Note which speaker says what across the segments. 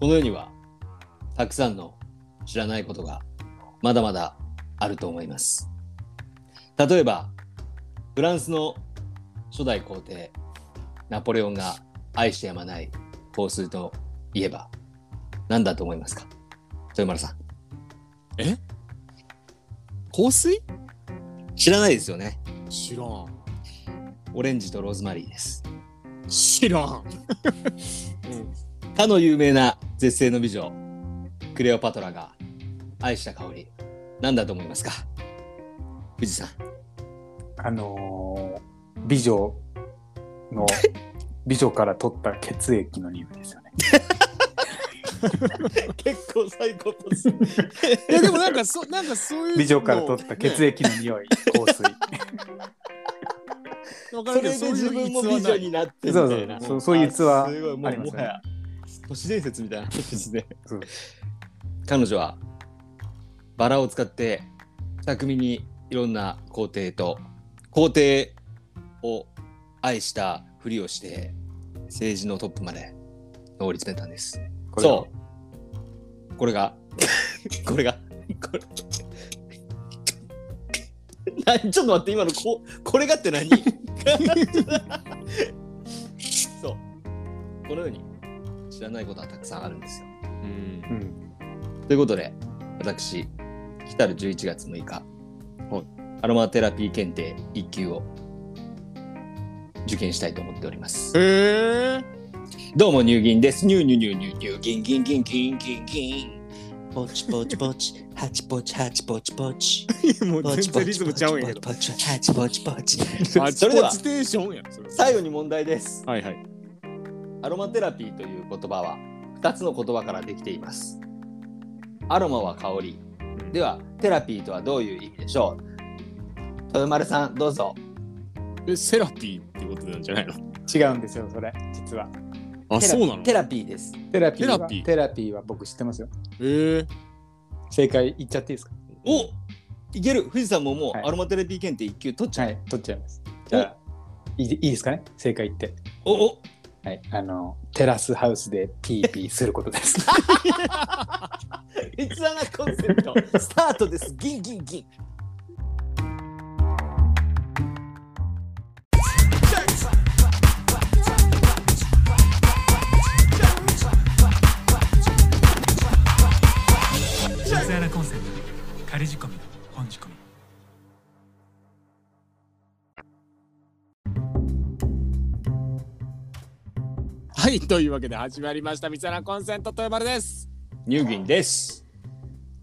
Speaker 1: この世にはたくさんの知らないことがまだまだあると思います。例えばフランスの初代皇帝ナポレオンが愛してやまない香水といえば何だと思いますか豊丸さん。
Speaker 2: え香水
Speaker 1: 知らないですよね。
Speaker 2: 知らん。
Speaker 1: オレンジとローズマリーです。
Speaker 2: 知らん。
Speaker 1: かの有名な絶世の美女クレオパトラが愛した香り何だと思いますか富士山。
Speaker 3: あのー美女 の美女から取った血液の匂いですよね。
Speaker 1: 結構最高です。
Speaker 2: いやでもなんかそなんかそういう
Speaker 3: 美女から取った血
Speaker 2: 液。
Speaker 3: 液の匂い、香水。
Speaker 2: わか
Speaker 1: そ
Speaker 2: る
Speaker 1: れ
Speaker 2: けど
Speaker 1: で
Speaker 2: そう
Speaker 1: 自
Speaker 2: いう
Speaker 1: 分
Speaker 2: 逸
Speaker 1: も
Speaker 2: 話
Speaker 1: 美
Speaker 2: な
Speaker 1: 女
Speaker 2: い
Speaker 1: になってみたいな。
Speaker 3: そうそうそうそういう逸話
Speaker 1: あすごいも
Speaker 3: あ
Speaker 1: う
Speaker 3: ります
Speaker 1: も
Speaker 3: ね
Speaker 1: はや都市伝説みたいな話ですね
Speaker 3: そう。
Speaker 1: 彼女はバラを使って巧みにいろんな皇帝と皇帝を愛したふりをして政治のトップまで上り詰めたんです。
Speaker 3: これ
Speaker 1: そう。これが、これが、これ。なちょっと待って、今のここれがって何そう。このように知らないことはたくさんあるんですよ。
Speaker 2: うん
Speaker 3: う。ん。
Speaker 1: ということで、私、来たる11月6日、
Speaker 2: はい
Speaker 1: アロマテラピー検定1級を受験したいと思っております。
Speaker 2: へえ。
Speaker 1: どうも、乳銀です。ニューニューニューニューニュー、ギンギンギンギンギンギン。ポチポチポチ、ハチポチハチポチポチ。
Speaker 2: もう
Speaker 1: ポチ
Speaker 2: 全
Speaker 1: ポチ
Speaker 2: 然リズ
Speaker 1: ポ
Speaker 2: ム
Speaker 1: チ
Speaker 2: ちゃうんや
Speaker 1: ポ
Speaker 2: け
Speaker 1: チ
Speaker 2: ど。
Speaker 1: ポチ、ハチポチポチ。
Speaker 2: あ
Speaker 1: それでは
Speaker 2: ステーションやん。それ
Speaker 1: 最後に問題です。
Speaker 2: はいはい。
Speaker 1: アロマテラピーという言葉は2つの言葉からできています。アロマは香り。では、テラピーとはどういう意味でしょう豊丸さん、どうぞ。
Speaker 2: えセラピーってことなんじゃないの？
Speaker 3: 違うんですよ、それ、実は。
Speaker 2: あ
Speaker 1: テラ
Speaker 2: そうなの？
Speaker 1: テ
Speaker 2: へ
Speaker 1: ラピーです。
Speaker 3: テラピーは
Speaker 2: テラピー
Speaker 3: テラピーは僕知ってますよ。
Speaker 2: え。
Speaker 3: 正解言っちゃっていいですか
Speaker 1: おいける富士山ももう
Speaker 3: はい
Speaker 1: アロマテラピー検定1級取っちゃう。
Speaker 3: はい、取っちゃいます。じゃあ、いいいいですかね正解言って。
Speaker 1: おお
Speaker 3: はい、あの、テラスハウスでピーピーすることです。
Speaker 1: 逸話なコンセ プトスタートですギンギンギン
Speaker 4: 水原コンセント仮仕込み本仕込み
Speaker 2: はいというわけで始まりました三つ穴コンセント豊丸です。
Speaker 1: 乳銀です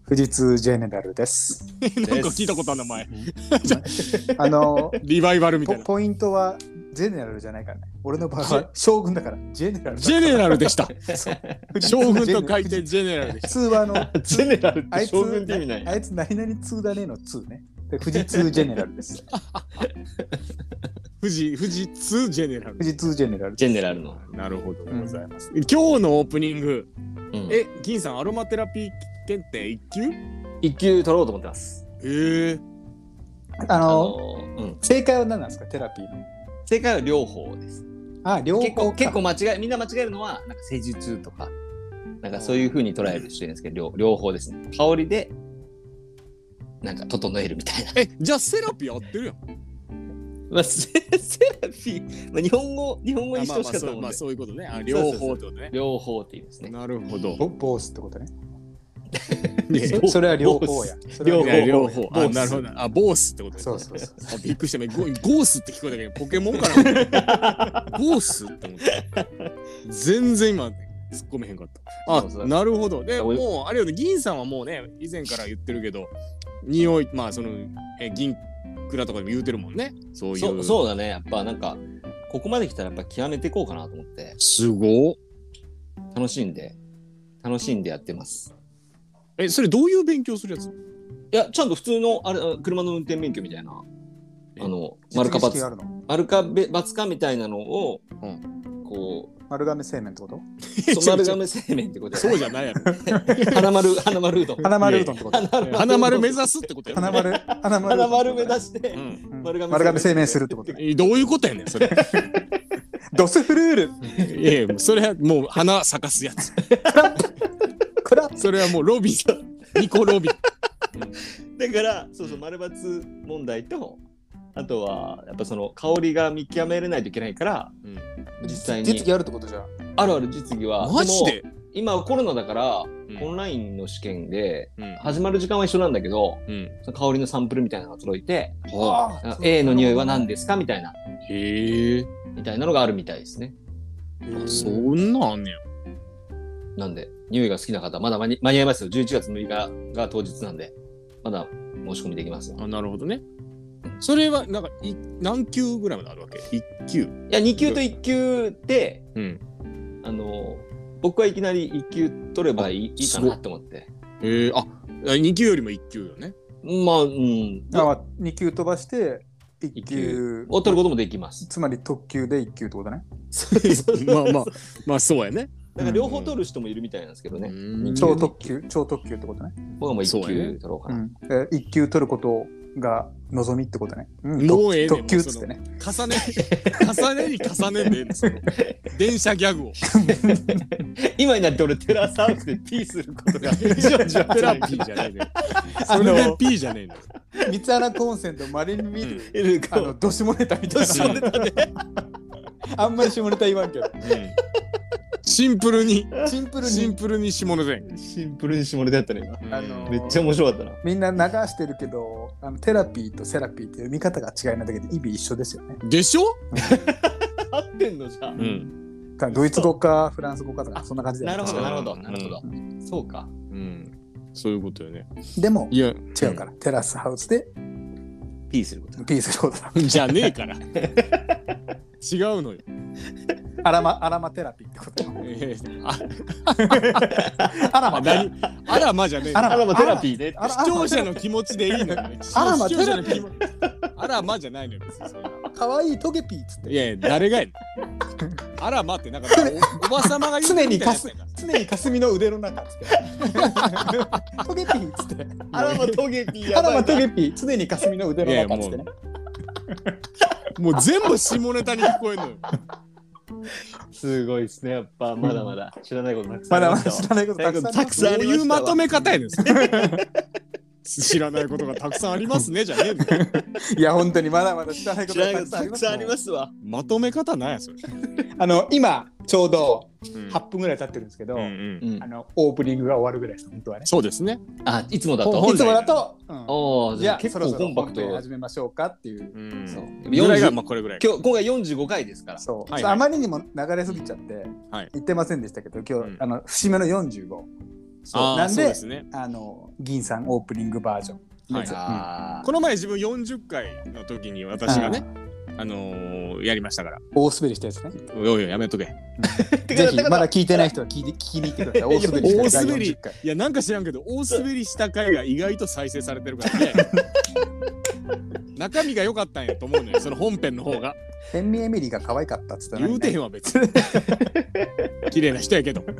Speaker 3: 富士通ジェネラルです。
Speaker 2: なんか聞いたことある名前。
Speaker 3: あの、
Speaker 2: リバイバルみた い
Speaker 3: ポ
Speaker 2: な。
Speaker 3: ポイントはジェネラルじゃないからね。俺の場合は将軍だから、ジェネラル だ。
Speaker 2: ジェネラルでした。将軍と書いて
Speaker 3: 普
Speaker 2: ジェネラルでし
Speaker 3: 通はあの、
Speaker 1: ジェネラルっ
Speaker 3: あ
Speaker 1: て
Speaker 3: いつ、
Speaker 1: 将軍って意味ない
Speaker 3: あいつ何々通だねの通ね。で富士通ジェネラ ルです。
Speaker 2: た。富士富士通ジェネラル
Speaker 3: 富。士通ジェネラル。
Speaker 1: ジェネラルの、
Speaker 2: なるほどで
Speaker 3: うん
Speaker 2: ございます。今日のオープニング、
Speaker 1: うん、
Speaker 2: え、銀さんアロマテラピー検定一級？
Speaker 1: 1級取ろうと思ってます
Speaker 2: ええ
Speaker 3: あ
Speaker 1: あ
Speaker 3: の、
Speaker 1: うん、
Speaker 3: 正解は何なんですかテラピーの。
Speaker 1: 正解は両方です
Speaker 3: あ、両
Speaker 1: 結構
Speaker 3: 方か
Speaker 1: 結構間違えみんな間違えるのはなんか施術とかなんかそういうふうに捉える人いるんですけど両両方ですね香りでなんか整えるみたいな
Speaker 2: え、じゃあセラピー合ってるやん。
Speaker 1: まあセセラピー、まあ、日本語日本語にしてほしかったもんで、
Speaker 2: まあそういうことね。あ両方ってことね。
Speaker 1: 両方っていうんですね
Speaker 2: なるほど。
Speaker 3: ぼボースってことね。
Speaker 2: ね
Speaker 3: そそれは両方や。それは
Speaker 1: 両
Speaker 2: いや両方。
Speaker 3: ボー
Speaker 2: あ、
Speaker 3: ス
Speaker 2: なるほど。あ、ボースってことね
Speaker 3: そうそうそう。
Speaker 2: あびっくりした。ゴゴースって聞こえたけど、ポケモンかなゴースって思った。全然今、突っ込めへんかった。
Speaker 1: そうそ
Speaker 2: あ、
Speaker 1: う
Speaker 2: なるほど。で、
Speaker 1: おい
Speaker 2: もう、あれよね、銀さんはもうね、以前から言ってるけど、匂い、まあ、その、え銀蔵とかでも言うてるもんね。そういう。
Speaker 1: そうそうだねやっぱなんかここまで来たらやっぱ極めていこうかなと思って
Speaker 2: すごっ
Speaker 1: 楽しんで楽しんでやってます
Speaker 2: え、それどういう勉強するやつ
Speaker 1: いやちゃんと普通のあれあ車の運転免許みたいな
Speaker 2: え
Speaker 1: あの 丸
Speaker 3: 丸
Speaker 1: か
Speaker 3: か
Speaker 1: バツ
Speaker 3: があるの。
Speaker 1: 丸かべバツかみたいなのを、
Speaker 2: う
Speaker 1: こ
Speaker 3: 丸亀製麺ってこと
Speaker 1: う
Speaker 2: ちょ
Speaker 1: 染まる め製麺ってこと
Speaker 2: そうじ
Speaker 1: ゃ
Speaker 2: ゃないやろ。
Speaker 1: 花丸花丸うどん
Speaker 3: 花丸うどんってこと
Speaker 2: 花丸目
Speaker 1: す
Speaker 2: 指すってことやろ。
Speaker 3: 花丸、 花丸うど
Speaker 1: 花丸
Speaker 3: んってことね
Speaker 1: 目指して
Speaker 2: うん。
Speaker 3: うん
Speaker 1: 丸亀製麺
Speaker 3: 丸亀製麺するってことね。
Speaker 2: えどういうことやねん、それ。
Speaker 3: ドスフルール
Speaker 2: いやいやそれはもう花咲かすやつ。それはもうロビン。ニコロビン。
Speaker 1: だからそうそう丸×問題とあとはやっぱその香りが見極められないといけないから実際に
Speaker 3: 実技あるってことじゃん。
Speaker 1: あるある実技は
Speaker 2: マジ
Speaker 1: も
Speaker 2: で
Speaker 1: 今コロナだから、
Speaker 2: ん
Speaker 1: オンラインの試験で
Speaker 2: うん
Speaker 1: 始まる時間は一緒なんだけど
Speaker 2: うん。
Speaker 1: その香りのサンプルみたいなのが届いて
Speaker 2: は
Speaker 1: あ A の匂いは何ですかみたいな
Speaker 2: あへえ。
Speaker 1: みたいなのがあるみたいですね
Speaker 2: あそんなんあんねや。
Speaker 1: なんで匂いが好きな方まだ間に間に合いますよ11月6日が当日なんでまだ申し込みできますよ
Speaker 2: あ、なるほどね。それは、なんか、い何級ぐらいまであるわけ ?1 級。
Speaker 1: いや2級と1級で
Speaker 2: うん。
Speaker 1: あの僕はいきなり1級取ればいいいいかなと思って
Speaker 2: へえ、あ、2級よりも1級よね。
Speaker 1: まあうん
Speaker 3: だから2級飛ばして1
Speaker 1: 一
Speaker 3: 級
Speaker 1: 級を取ることもできます
Speaker 3: つまり特級で1級ってことね。
Speaker 2: まあまあ、まあそうやね。
Speaker 1: だから両方取る人もいるみたいなんですけどね、
Speaker 2: うん
Speaker 3: 超特級超特級ってことね。
Speaker 1: 僕はもう1
Speaker 2: そうやね
Speaker 1: 級取ろうか
Speaker 3: う
Speaker 1: な、
Speaker 3: ん、え1級取ることが望みってことね。うん、
Speaker 2: もうええねん
Speaker 3: 特特級
Speaker 2: も
Speaker 3: っ
Speaker 2: うその
Speaker 3: つってね。
Speaker 2: 重ね、重ねに重ねんでええねん その電車ギャグを。
Speaker 1: 今になって俺テラサウスでピーすることが徐々に
Speaker 2: テラピーじゃないねん。それで P じゃねえの。
Speaker 3: 三原温泉とまれに見る、
Speaker 1: 減る
Speaker 3: あ
Speaker 1: か
Speaker 3: の、どしもネタみたい
Speaker 2: 下
Speaker 3: な。
Speaker 2: ネ
Speaker 3: あんまり下ネタ言わんけど。
Speaker 2: うんシンプルに、
Speaker 3: シンプル
Speaker 2: シン
Speaker 3: に、
Speaker 2: プルに下ネタや ん
Speaker 1: シンプルに下ネタやったね今
Speaker 3: あの
Speaker 1: めっちゃ面白かったな
Speaker 3: みんな流してるけど、あのテラピーとセラピーっていう見方が違いなだけで意味一緒ですよね。
Speaker 2: でしょ
Speaker 1: 合ってんのじゃあ
Speaker 2: ん。
Speaker 3: 多分ドイツ語かフランス語かとかそんな感じだ
Speaker 1: な
Speaker 3: よね
Speaker 1: るほどなるほど
Speaker 2: うん
Speaker 1: なるほど、そうか
Speaker 2: うん。そういうことよね。
Speaker 3: でも
Speaker 2: いや、
Speaker 3: 違うから、テラスハウスで
Speaker 1: ピーすること
Speaker 3: ピースロードだ。
Speaker 2: じゃねえから。違うのよ。
Speaker 3: アラマアラマテラピーってこと。
Speaker 2: えーあ
Speaker 3: アラマ
Speaker 2: あ何あらまじゃねえ
Speaker 3: あら
Speaker 1: あらまテラピーね
Speaker 3: あら
Speaker 2: 視聴者の気持ちでいいのよね。視
Speaker 3: あらま
Speaker 2: 聴者の気持ち。あらまじゃないのよ。別にそんな
Speaker 3: 可愛いトゲピーっつって
Speaker 2: いやいや、誰がやねん。あらまって、なんかお、おばさまが言う
Speaker 3: 常に
Speaker 2: みたい
Speaker 3: か
Speaker 2: なやつ
Speaker 3: す
Speaker 2: やから
Speaker 3: 常に霞の腕の中っつって トゲピーっつって
Speaker 1: あらまトゲピー
Speaker 3: ア
Speaker 1: や
Speaker 3: ラ
Speaker 1: ば
Speaker 3: マ
Speaker 1: い
Speaker 3: トゲピー常に霞の腕の中っつってね
Speaker 2: いやもう全部下ネタに聞こえるのよ。
Speaker 1: すごいですねやっぱまだまだ知らないことたくさん
Speaker 3: ま
Speaker 1: あり
Speaker 3: だま
Speaker 1: まし
Speaker 3: だ
Speaker 1: たわ
Speaker 3: 知らないことたく
Speaker 1: たくさ
Speaker 3: さんあります
Speaker 1: んあ
Speaker 2: どう
Speaker 1: り
Speaker 2: い
Speaker 1: ま
Speaker 2: う
Speaker 1: したわ
Speaker 2: まとめ方やねん。 それ知らないことがたくさんありますねじゃねえのよ。
Speaker 3: いや本当にまだまだ知らないこ
Speaker 1: 知
Speaker 3: と
Speaker 1: ら
Speaker 3: が
Speaker 1: ない
Speaker 3: た
Speaker 1: こ
Speaker 3: く
Speaker 1: と
Speaker 3: さんあ
Speaker 1: た
Speaker 3: りま
Speaker 1: く
Speaker 3: す
Speaker 1: さんありますわ
Speaker 2: まとめ方なんやそれ。
Speaker 3: あの今ちょうど
Speaker 2: うん
Speaker 3: 8分ぐらい経ってるんですけど、
Speaker 2: うんうん
Speaker 1: うん
Speaker 3: あのオープニングが終わるぐらいです本当はね
Speaker 2: そうですね。
Speaker 1: あいつもだ
Speaker 2: ほん
Speaker 1: と
Speaker 2: ほ
Speaker 3: いつもだと、うん
Speaker 1: おお
Speaker 3: じ
Speaker 1: じ
Speaker 3: ゃ
Speaker 1: ゃ
Speaker 3: あ
Speaker 1: あ結
Speaker 3: そろ
Speaker 1: 構
Speaker 3: そ
Speaker 1: コ
Speaker 3: ろ
Speaker 1: ンパ
Speaker 3: 本
Speaker 1: クト
Speaker 3: 編始めましょうかっていう
Speaker 2: うん
Speaker 1: そう
Speaker 2: ぐらいがまあこれぐらい。
Speaker 1: 今日今回45回ですから
Speaker 3: そう、
Speaker 2: はい
Speaker 3: ちょっとあまりにも流れすぎちゃって、
Speaker 2: はい
Speaker 3: 言ってませんでしたけど今日、
Speaker 2: うん
Speaker 3: あの節目の45
Speaker 2: あー
Speaker 3: なん
Speaker 2: そう
Speaker 3: で
Speaker 2: ですね。
Speaker 3: あの銀さんオープニングバージョン
Speaker 2: はい
Speaker 3: うん
Speaker 1: あ
Speaker 2: この前自分40回の時に私がね、あのーやりましたから。
Speaker 3: 大滑りしたや つね
Speaker 2: おいおいやめとけ。
Speaker 1: ー
Speaker 3: ぜひまだ
Speaker 1: て
Speaker 3: 聞いてない人は聞いて聞 きに行ってください大滑り
Speaker 2: 大
Speaker 3: した
Speaker 2: 滑
Speaker 3: 第
Speaker 2: り
Speaker 3: 40回。
Speaker 2: いやなんか知らんけど大滑りした回が意外と再生されてるから ね。中身が良かったんやと思うのよ。その本編の方が。
Speaker 3: ヘンリー・エミリーが可愛かったっつったら
Speaker 2: 言うてへんわ別 に綺麗な人やけど
Speaker 1: だか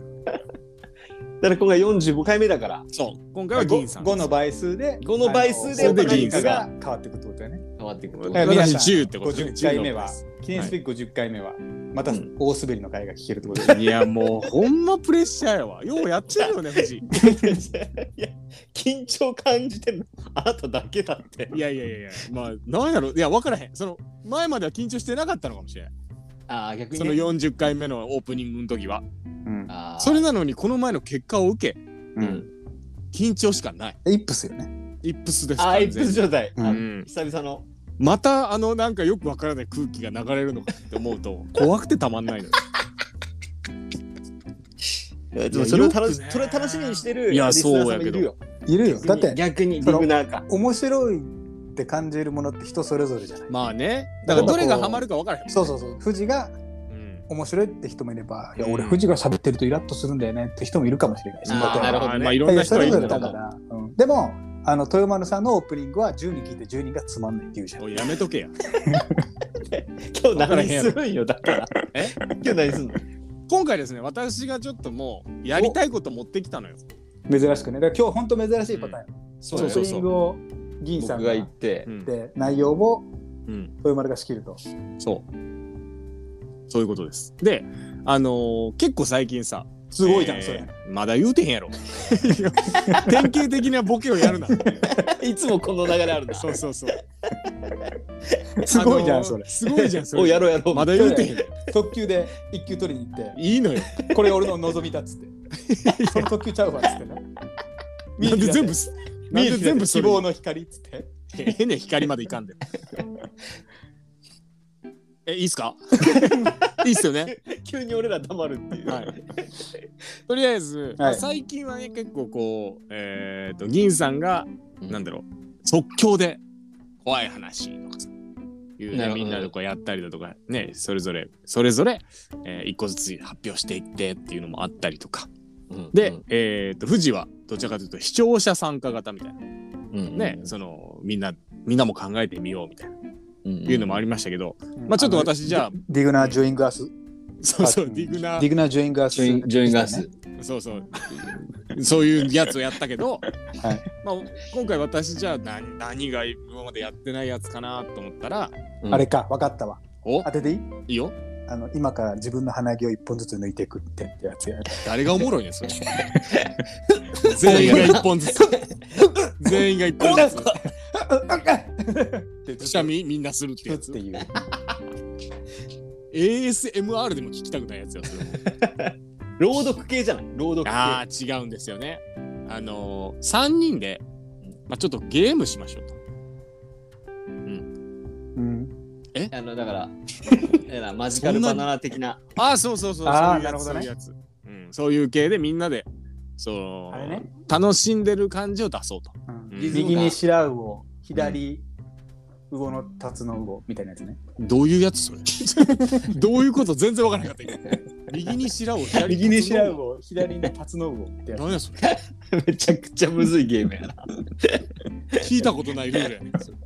Speaker 1: ら今回45回目だから
Speaker 2: そう今回は銀さん
Speaker 3: 5, の倍数で
Speaker 1: 五の倍数で
Speaker 3: あの
Speaker 2: それで銀
Speaker 3: そ
Speaker 2: さ
Speaker 3: れ
Speaker 2: ん
Speaker 3: でが変わっていくってことだよね
Speaker 1: 変わっていく
Speaker 2: だ
Speaker 1: と
Speaker 2: から
Speaker 3: 皆さん
Speaker 2: 10ってこと
Speaker 3: 50回目は
Speaker 2: 10
Speaker 3: 記念すべき50回目はまた大滑りの回が聞けるってことで、
Speaker 2: いやもうほんまプレッシャーやわようやってるよね藤井
Speaker 1: いや緊張感じてるのあなただけだって
Speaker 2: いやいやいやいやまあなんやろいや分からへんその前までは緊張してなかったのかもしれない
Speaker 1: ああ逆
Speaker 2: そ
Speaker 1: に、
Speaker 2: の
Speaker 1: ね、
Speaker 2: 40回目のオープニングの時は
Speaker 3: うん
Speaker 1: あー
Speaker 2: それなのにこの前の結果を受け
Speaker 1: う
Speaker 3: う、
Speaker 1: んん
Speaker 2: 緊張しかない
Speaker 3: イップスよね
Speaker 2: イップスです
Speaker 1: あーイッ
Speaker 2: 完
Speaker 1: プ
Speaker 2: 全
Speaker 1: ス
Speaker 2: に
Speaker 1: 状態、
Speaker 3: うん
Speaker 1: あ
Speaker 2: うん
Speaker 1: 久々の
Speaker 2: またあのなんかよくわからない空気が流れるのかって思うと 怖くてたまんないのよ
Speaker 1: で
Speaker 2: も
Speaker 1: も
Speaker 2: そ
Speaker 1: そ
Speaker 2: れ
Speaker 1: れ
Speaker 2: を
Speaker 1: を
Speaker 2: 楽
Speaker 1: 楽
Speaker 2: し
Speaker 1: し
Speaker 2: そ
Speaker 1: そ
Speaker 2: れ
Speaker 1: れ
Speaker 2: を楽
Speaker 1: 楽
Speaker 2: し
Speaker 1: し
Speaker 2: み
Speaker 1: み
Speaker 2: に
Speaker 1: に
Speaker 2: し
Speaker 1: してて
Speaker 2: る
Speaker 1: る
Speaker 2: いやそうやけど
Speaker 1: リスナーさんもいるよ
Speaker 3: いるよだって
Speaker 1: 逆に
Speaker 3: そ
Speaker 1: リ
Speaker 3: の
Speaker 1: グナーか
Speaker 3: 面白いって感じるものって人それぞれじゃない
Speaker 2: まあねだからどれがハマるか分からへん
Speaker 3: そうそうそう富士が
Speaker 2: うん
Speaker 3: 面白いって人もいればいや俺富士が喋ってるとイラッとするんだよねって人もいるかもしれないし
Speaker 1: あー
Speaker 3: だか
Speaker 1: な
Speaker 3: ら
Speaker 1: るほどね
Speaker 2: まあいろん
Speaker 3: い
Speaker 2: な
Speaker 3: や
Speaker 2: 人
Speaker 3: そ
Speaker 2: がいる
Speaker 3: れぞ
Speaker 2: ん
Speaker 3: れ
Speaker 2: だ
Speaker 3: だ
Speaker 2: ろう
Speaker 3: から、うんでもあの豊丸さんのオープニングは10人聞いて12がつまんないって言うじゃん
Speaker 2: おいやめとけや。
Speaker 1: 今日何するんよだから
Speaker 2: え
Speaker 1: 今日何すんの
Speaker 2: 今回ですね、私がちょっともうやりたいこと持ってきたのよ。
Speaker 3: 珍しくねだから今日本当珍しいパターン、
Speaker 2: そ
Speaker 1: そう
Speaker 3: オープニングを銀さん
Speaker 1: 僕
Speaker 3: が
Speaker 1: が
Speaker 3: 言
Speaker 1: 行
Speaker 3: っ
Speaker 1: って、
Speaker 2: うん
Speaker 3: て内容を
Speaker 2: うん、
Speaker 3: 豊丸が仕切ると、
Speaker 2: そう。そういうことです。で、あのー結構最近さ、
Speaker 3: すごいじゃん、それ。
Speaker 2: えーまだ言うてへんやろ 典型的なボケをやるな
Speaker 1: いつもこの流れあるんだ。
Speaker 2: そうそうそう
Speaker 3: すごいじゃん、そ
Speaker 2: あのー。
Speaker 3: れ
Speaker 2: すごいじゃんそれ
Speaker 1: おやろうやろう。
Speaker 2: まだ言うてへん
Speaker 3: 特急で一級取りに行って、
Speaker 2: いいのよ
Speaker 3: これ俺の望みだっつって。その特急ちゃうわっつってね。
Speaker 2: なんで全部
Speaker 3: す
Speaker 2: なんで全部そ
Speaker 3: 希
Speaker 2: れ
Speaker 3: 望の光っつって。
Speaker 2: 変ね光までいかんで。え、いいっ すかいいっすよね。
Speaker 1: 急に俺ら黙るっていう。
Speaker 2: はい。 とりあえず、まあ
Speaker 3: はい
Speaker 2: 最近はね、結構こう、えっ、と、銀さんが、
Speaker 1: うん
Speaker 2: なんだろう、即興で怖い話とかさ、いう
Speaker 1: なるほ
Speaker 2: ね、
Speaker 1: ど
Speaker 2: みんなでこうやったりだとか、ね、それぞれ、それぞれ、えー一個ずつ発表していってっていうのもあったりとか。
Speaker 1: うん
Speaker 2: で、えっ、と、富士は、どちらかというと視聴者参加型みたいな。
Speaker 1: うん
Speaker 2: ね、その、みんな、みんなも考えてみようみたいな、
Speaker 1: い
Speaker 2: いうのもあ
Speaker 1: り。
Speaker 2: りましたけど、まあちょっと私じゃあ
Speaker 3: ディディグナー・ジョイングアス。
Speaker 2: そうそう、
Speaker 3: うん
Speaker 2: ディグナ
Speaker 3: ディグナー・ジョイングアス。
Speaker 1: ジョインジョインガー
Speaker 3: で
Speaker 1: ス。
Speaker 2: そうそう、そういうやつをやったけ ど、
Speaker 3: はい
Speaker 2: まあ、今回私じゃあ何何が今までやってないやつかなと思ったら、
Speaker 1: うん
Speaker 3: あれか、わかったわ。
Speaker 2: お
Speaker 3: 当てていい
Speaker 2: いいよ、
Speaker 3: あの今から自分の鼻毛を一本ずつ抜いていくってってやつやる。
Speaker 2: 誰がおもろいねん、そ れ。全員が一本ずつ。 全員が一本ず
Speaker 3: って
Speaker 2: つ。くしゃみみんなするってや
Speaker 3: っ
Speaker 2: つ
Speaker 3: て。いう。
Speaker 2: ASMR でも聞きたくないやつ よ、それも
Speaker 1: 朗読系じゃない朗読
Speaker 2: あ
Speaker 1: 系。
Speaker 2: あ、違うんですよね。あのー、3人で、まあ、ちょっとゲームしましょうと。
Speaker 3: うん、
Speaker 1: あの、だから、だ からマジカルバナナ的な。
Speaker 2: ああ、そうそうそう。
Speaker 3: あ
Speaker 2: そうい
Speaker 3: ー
Speaker 2: うやつ
Speaker 3: なるほ
Speaker 2: そ
Speaker 3: どね
Speaker 2: ういうやつ、うん。そういう系でみんなで、そ
Speaker 3: あ
Speaker 2: の、
Speaker 3: れね
Speaker 2: 楽しんでる感じを出そうと。
Speaker 3: うん
Speaker 2: うん
Speaker 3: 右に白魚、左魚のタツノウオみたいなやつね。
Speaker 2: どういうやつそれ どういうこと全然わからなかったけど。右に白を左
Speaker 3: 右に白魚、左にタツノウオってやつ。
Speaker 2: 何やそれ
Speaker 1: めちゃくちゃむずいゲーム やな。
Speaker 2: 聞いたことないルールやねそれ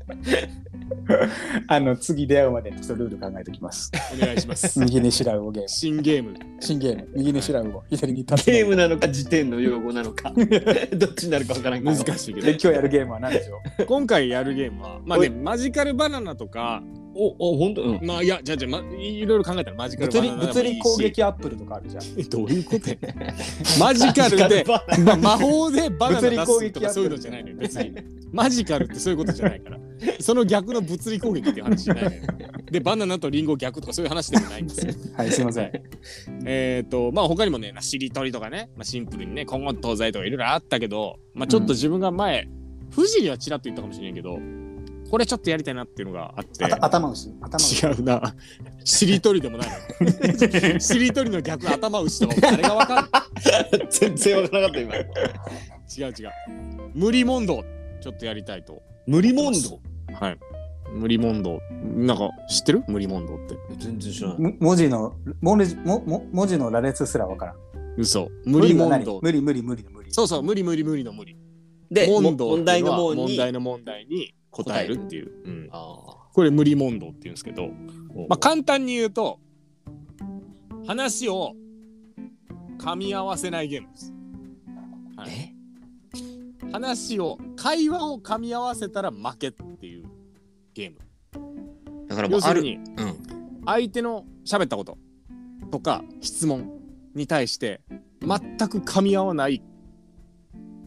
Speaker 3: あの次出会うまでちょっとルール考えておきます。
Speaker 2: お願いします。
Speaker 3: 右に白魚ゲーム。
Speaker 2: 新ゲーム。
Speaker 3: 新ゲーム。右に白魚、左にタツノ
Speaker 1: ゲ
Speaker 3: ウ
Speaker 1: ー
Speaker 3: オ。
Speaker 1: ムなのか辞典の用語なのか。 どっちになるかわからんけ
Speaker 2: 難
Speaker 1: ど。
Speaker 2: しいけ
Speaker 3: で、今
Speaker 2: ど。
Speaker 3: 日やるゲームは何でしょ う
Speaker 2: 今回やるゲームは、まあ
Speaker 1: お
Speaker 2: ね、
Speaker 1: い
Speaker 2: マジカルバナナとか、
Speaker 1: お、お、ほんとうん。
Speaker 2: まあいや、じゃあじゃあ、ま、いろいろ考えたらマジカルバ
Speaker 3: 物理
Speaker 2: ナナで
Speaker 3: 物
Speaker 2: もいいし。
Speaker 3: 理攻撃アップルとかあるじゃん。
Speaker 2: どういうことや マジカルで、
Speaker 1: マジカルバナナ
Speaker 2: まあ、魔法でバナナ出
Speaker 3: 物
Speaker 2: す
Speaker 3: 理
Speaker 2: と
Speaker 3: 攻撃
Speaker 2: か
Speaker 3: や
Speaker 2: そういうのじゃないのよ別にマジカルってそういうことじゃないからその逆の物理攻撃っていう話じゃないのよでバナナとリンゴ逆とかそういう話でもないんですよ
Speaker 3: はい、すいません。
Speaker 2: えっとまあ他にもねまあしりとりとかね、まあ、シンプルにね今後東西とかいろいろあったけど、まあ、ちょっと自分が前、富士にはちらっと言ったかもしれんけどこれちょっとやりたいなっていうのがあって
Speaker 3: あた頭牛頭牛
Speaker 2: 違うな。しりとりでもない の。しりとりの逆、頭打ち とかも誰がわかる
Speaker 1: 全然わからなかった今。
Speaker 2: 違う違う。無理問答、ちょっとやりたいと。
Speaker 1: 無理問答
Speaker 2: はい。無理問答。なんか、知ってる無理問答って。
Speaker 1: 全然知らない。
Speaker 3: む文字の文字もも文字の羅列すらわからん。
Speaker 2: 嘘。無理問答。
Speaker 3: 無理無理無理の無理。
Speaker 2: そうそう、無理無理無理の無理。
Speaker 1: で、も
Speaker 2: 問答
Speaker 1: 問題の
Speaker 2: も
Speaker 1: 問
Speaker 2: 問
Speaker 1: に。
Speaker 2: 題の問題に答えるっていう。うん
Speaker 1: あ
Speaker 2: これ無理問答って言うんですけど、
Speaker 1: ー
Speaker 2: まあ、簡単に言うと、話を噛み合わせないゲームです。はい
Speaker 1: え
Speaker 2: 話を会話を噛み合わせたら負けっていうゲーム
Speaker 1: だからもう
Speaker 2: 要す
Speaker 1: あ
Speaker 2: る
Speaker 1: る。
Speaker 2: に
Speaker 1: うん
Speaker 2: 相手の喋ったこととか質問に対して全く噛み合わない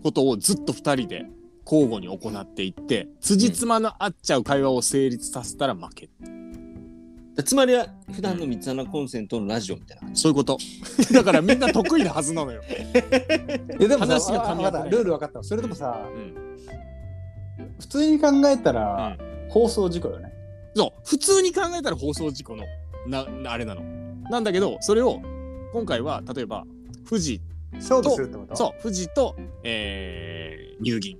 Speaker 2: ことをずっと2人で交互に行っていって辻褄の合っちゃう会話を成立させたら負け、
Speaker 1: つまりは、普段の三つ穴コンセントのラジオみたいな感じ。
Speaker 2: そういうこと だからみんな得意なはずなのよ、
Speaker 3: いやでもさ
Speaker 2: 話が噛み合
Speaker 3: わ
Speaker 2: ってない
Speaker 3: かったルール分かったわ。それでもさ、
Speaker 2: うん
Speaker 3: 普通に考えたら、放送事故よね。
Speaker 2: そう普通に考えたら放送事故のななあれなのなんだけどそれを今回は例えば富士
Speaker 3: 勝負するってこと
Speaker 2: そう、富士と、えー、乳銀。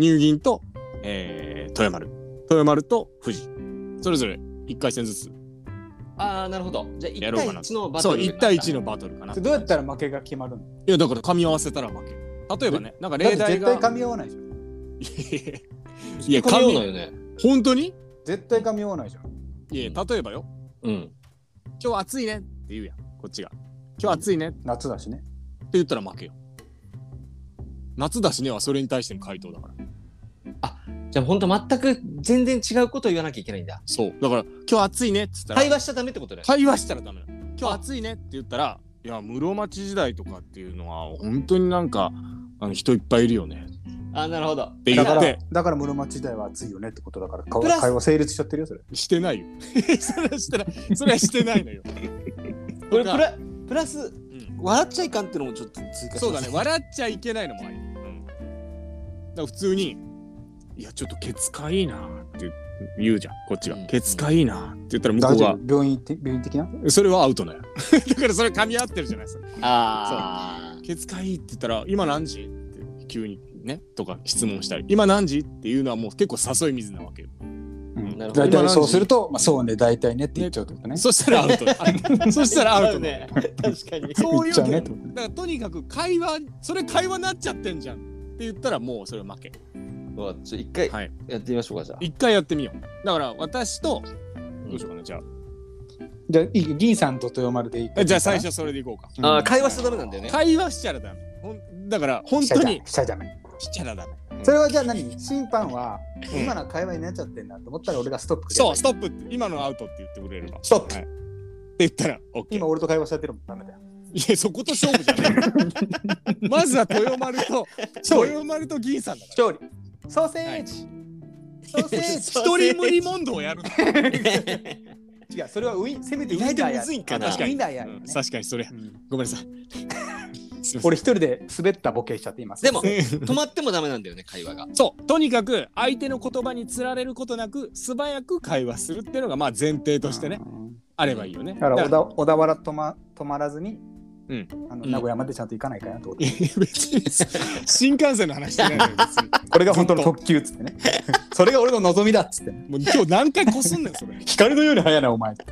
Speaker 2: 乳銀と、えー、豊丸。豊丸と富士。それぞれ1回戦ずつ。
Speaker 1: ああ、なるほど。じゃあ、
Speaker 2: や
Speaker 1: 1
Speaker 2: ろう
Speaker 1: 対
Speaker 2: かな
Speaker 1: 1のバト
Speaker 2: そう、
Speaker 1: ルにな
Speaker 2: 1
Speaker 1: った。
Speaker 2: 対1のバトルかな。
Speaker 3: それ
Speaker 2: い
Speaker 3: どうやったら負けが決まるの
Speaker 2: や、だから噛み合わせたら負け。例えばね、なんか
Speaker 3: だっ
Speaker 2: 例
Speaker 3: て
Speaker 2: 題
Speaker 3: 絶
Speaker 2: が。
Speaker 3: 対噛み合わないじゃん。
Speaker 1: 噛
Speaker 2: いや、
Speaker 1: み合
Speaker 2: 噛
Speaker 1: うの
Speaker 2: み、
Speaker 1: よね。
Speaker 2: 本当に
Speaker 3: 絶対噛み合わないじゃん。
Speaker 2: いや、例えばよ、
Speaker 1: うん。
Speaker 2: 今日暑いねって言うやん、こっちが。今日暑いねって
Speaker 3: 夏だしね。
Speaker 2: 言ったら負けよ。夏だしねはそれに対しての回答だから。
Speaker 1: じゃあ、本当全く全然違うことを言わなきゃいけないんだ。
Speaker 2: そう。だから、今日暑いねって言ったら
Speaker 1: 会、話しちゃダメってことだよね。
Speaker 2: 会話したらダメなの。今日暑いねって言ったら、いや室町時代とかっていうのは本当になんかあの人いっぱいいるよね
Speaker 1: あ、なるほど。
Speaker 2: て言
Speaker 3: だ
Speaker 2: っ
Speaker 3: から
Speaker 2: て、
Speaker 3: だから室町時代は暑いよねってことだから、
Speaker 1: プラ
Speaker 3: か
Speaker 1: ス
Speaker 3: 会話成立しちゃってるよ、それ。
Speaker 2: してないよそれはしてないそれはしてないのよ
Speaker 1: これ
Speaker 2: と
Speaker 1: プ
Speaker 2: か
Speaker 1: ラプラス、笑っちゃいかんってのもちょっと追加します
Speaker 2: そうだね。笑っちゃいけないのもある、うん、だから普通に「いやちょっとケツかいいな」って言うじゃんこっちが
Speaker 1: うん
Speaker 2: 「ケツかいいな」って言ったら向こ
Speaker 3: 大
Speaker 2: う
Speaker 3: 丈
Speaker 2: が
Speaker 3: 夫病院行って病院的な
Speaker 2: 「それはアウトだよ」 だからそれ噛み合ってるじゃないですか
Speaker 1: ああ。
Speaker 2: ケツかいいって言ったら「今何時?」って急にねとか質問したり「今何時?」っていうのはもう結構誘い水なわけ よ
Speaker 3: うん
Speaker 1: なるほど
Speaker 3: 大体そうすると、まあ、そうね、大体ねって言っちゃうってことね。
Speaker 2: そしたらアウト あそしたらアウトだ
Speaker 1: ね。
Speaker 2: よ
Speaker 1: 確かに。
Speaker 2: そう
Speaker 3: 言
Speaker 2: い
Speaker 3: っ
Speaker 2: うけ
Speaker 3: ちゃ
Speaker 2: ど
Speaker 3: うね
Speaker 2: だ
Speaker 3: ってことね。
Speaker 2: からとにかく会話それ会話になっちゃってんじゃんって言ったらもうそれ負け
Speaker 1: うわちょ一回
Speaker 2: はい
Speaker 1: やってみましょうか、じゃあ。
Speaker 2: 一回やってみようだから私とどうしようかなじゃあ
Speaker 3: じゃあ、いい銀さんと豊丸でいいか
Speaker 2: えじゃあ最初それでいこうか。
Speaker 3: うん
Speaker 1: あー会話しちゃダメなんだよね。
Speaker 2: 会話しちゃらダメ。ほんだから本
Speaker 3: しちゃ
Speaker 2: 当
Speaker 3: ダ
Speaker 2: に
Speaker 3: メしちゃダメ。
Speaker 2: しちゃらダメ。
Speaker 3: それはじゃあ何審判は、
Speaker 2: うん
Speaker 3: 今の会話になっちゃってんなと思ったら俺がストップくれ
Speaker 2: そう、ス
Speaker 3: ト
Speaker 2: トップって今のアウトって言ってくれれば。
Speaker 3: ストップ
Speaker 2: はいって言ったら、オッケー
Speaker 3: 今俺と会話しちゃってるもんダメだよ。
Speaker 2: いや、そこと勝負じゃ ない。まずは豊丸と、豊丸と銀さんだか
Speaker 3: 勝利ソーセージ、ソーセ
Speaker 2: ら。
Speaker 3: ージ
Speaker 2: 一人無理問答をやるの。
Speaker 3: 違う、それはウィン、せめて
Speaker 2: 意
Speaker 3: ウィ
Speaker 2: 外
Speaker 3: ンナー
Speaker 2: とむ
Speaker 3: や
Speaker 2: ず
Speaker 3: る。
Speaker 2: いんかな。
Speaker 1: ウ
Speaker 2: 確か
Speaker 3: ィ
Speaker 2: に。
Speaker 3: ンナーやる
Speaker 2: う
Speaker 3: よ
Speaker 2: ん
Speaker 3: ね
Speaker 2: 確かにそれ
Speaker 3: う。ん
Speaker 2: ごめんなさい。すいません
Speaker 3: 俺一人で滑ったボケしちゃっています。
Speaker 1: でも、止まってもダメなんだよね、会話が。
Speaker 2: そうとにかく相手の言葉につられることなく素早く会話するっていうのがまあ前提としてね
Speaker 3: うん
Speaker 2: あればいいよね
Speaker 3: だから小田小田原止ま止まらずに、
Speaker 2: うん
Speaker 3: あの
Speaker 2: うん
Speaker 3: 名古屋までちゃんと行かないかなってこと
Speaker 2: いや別に新幹線の話してないのよ別に
Speaker 3: これが本当の特急っつってね それが俺の望みだっつって、ね、
Speaker 2: もう今日何回こすんねんそれ
Speaker 3: 光のように早いなお前ず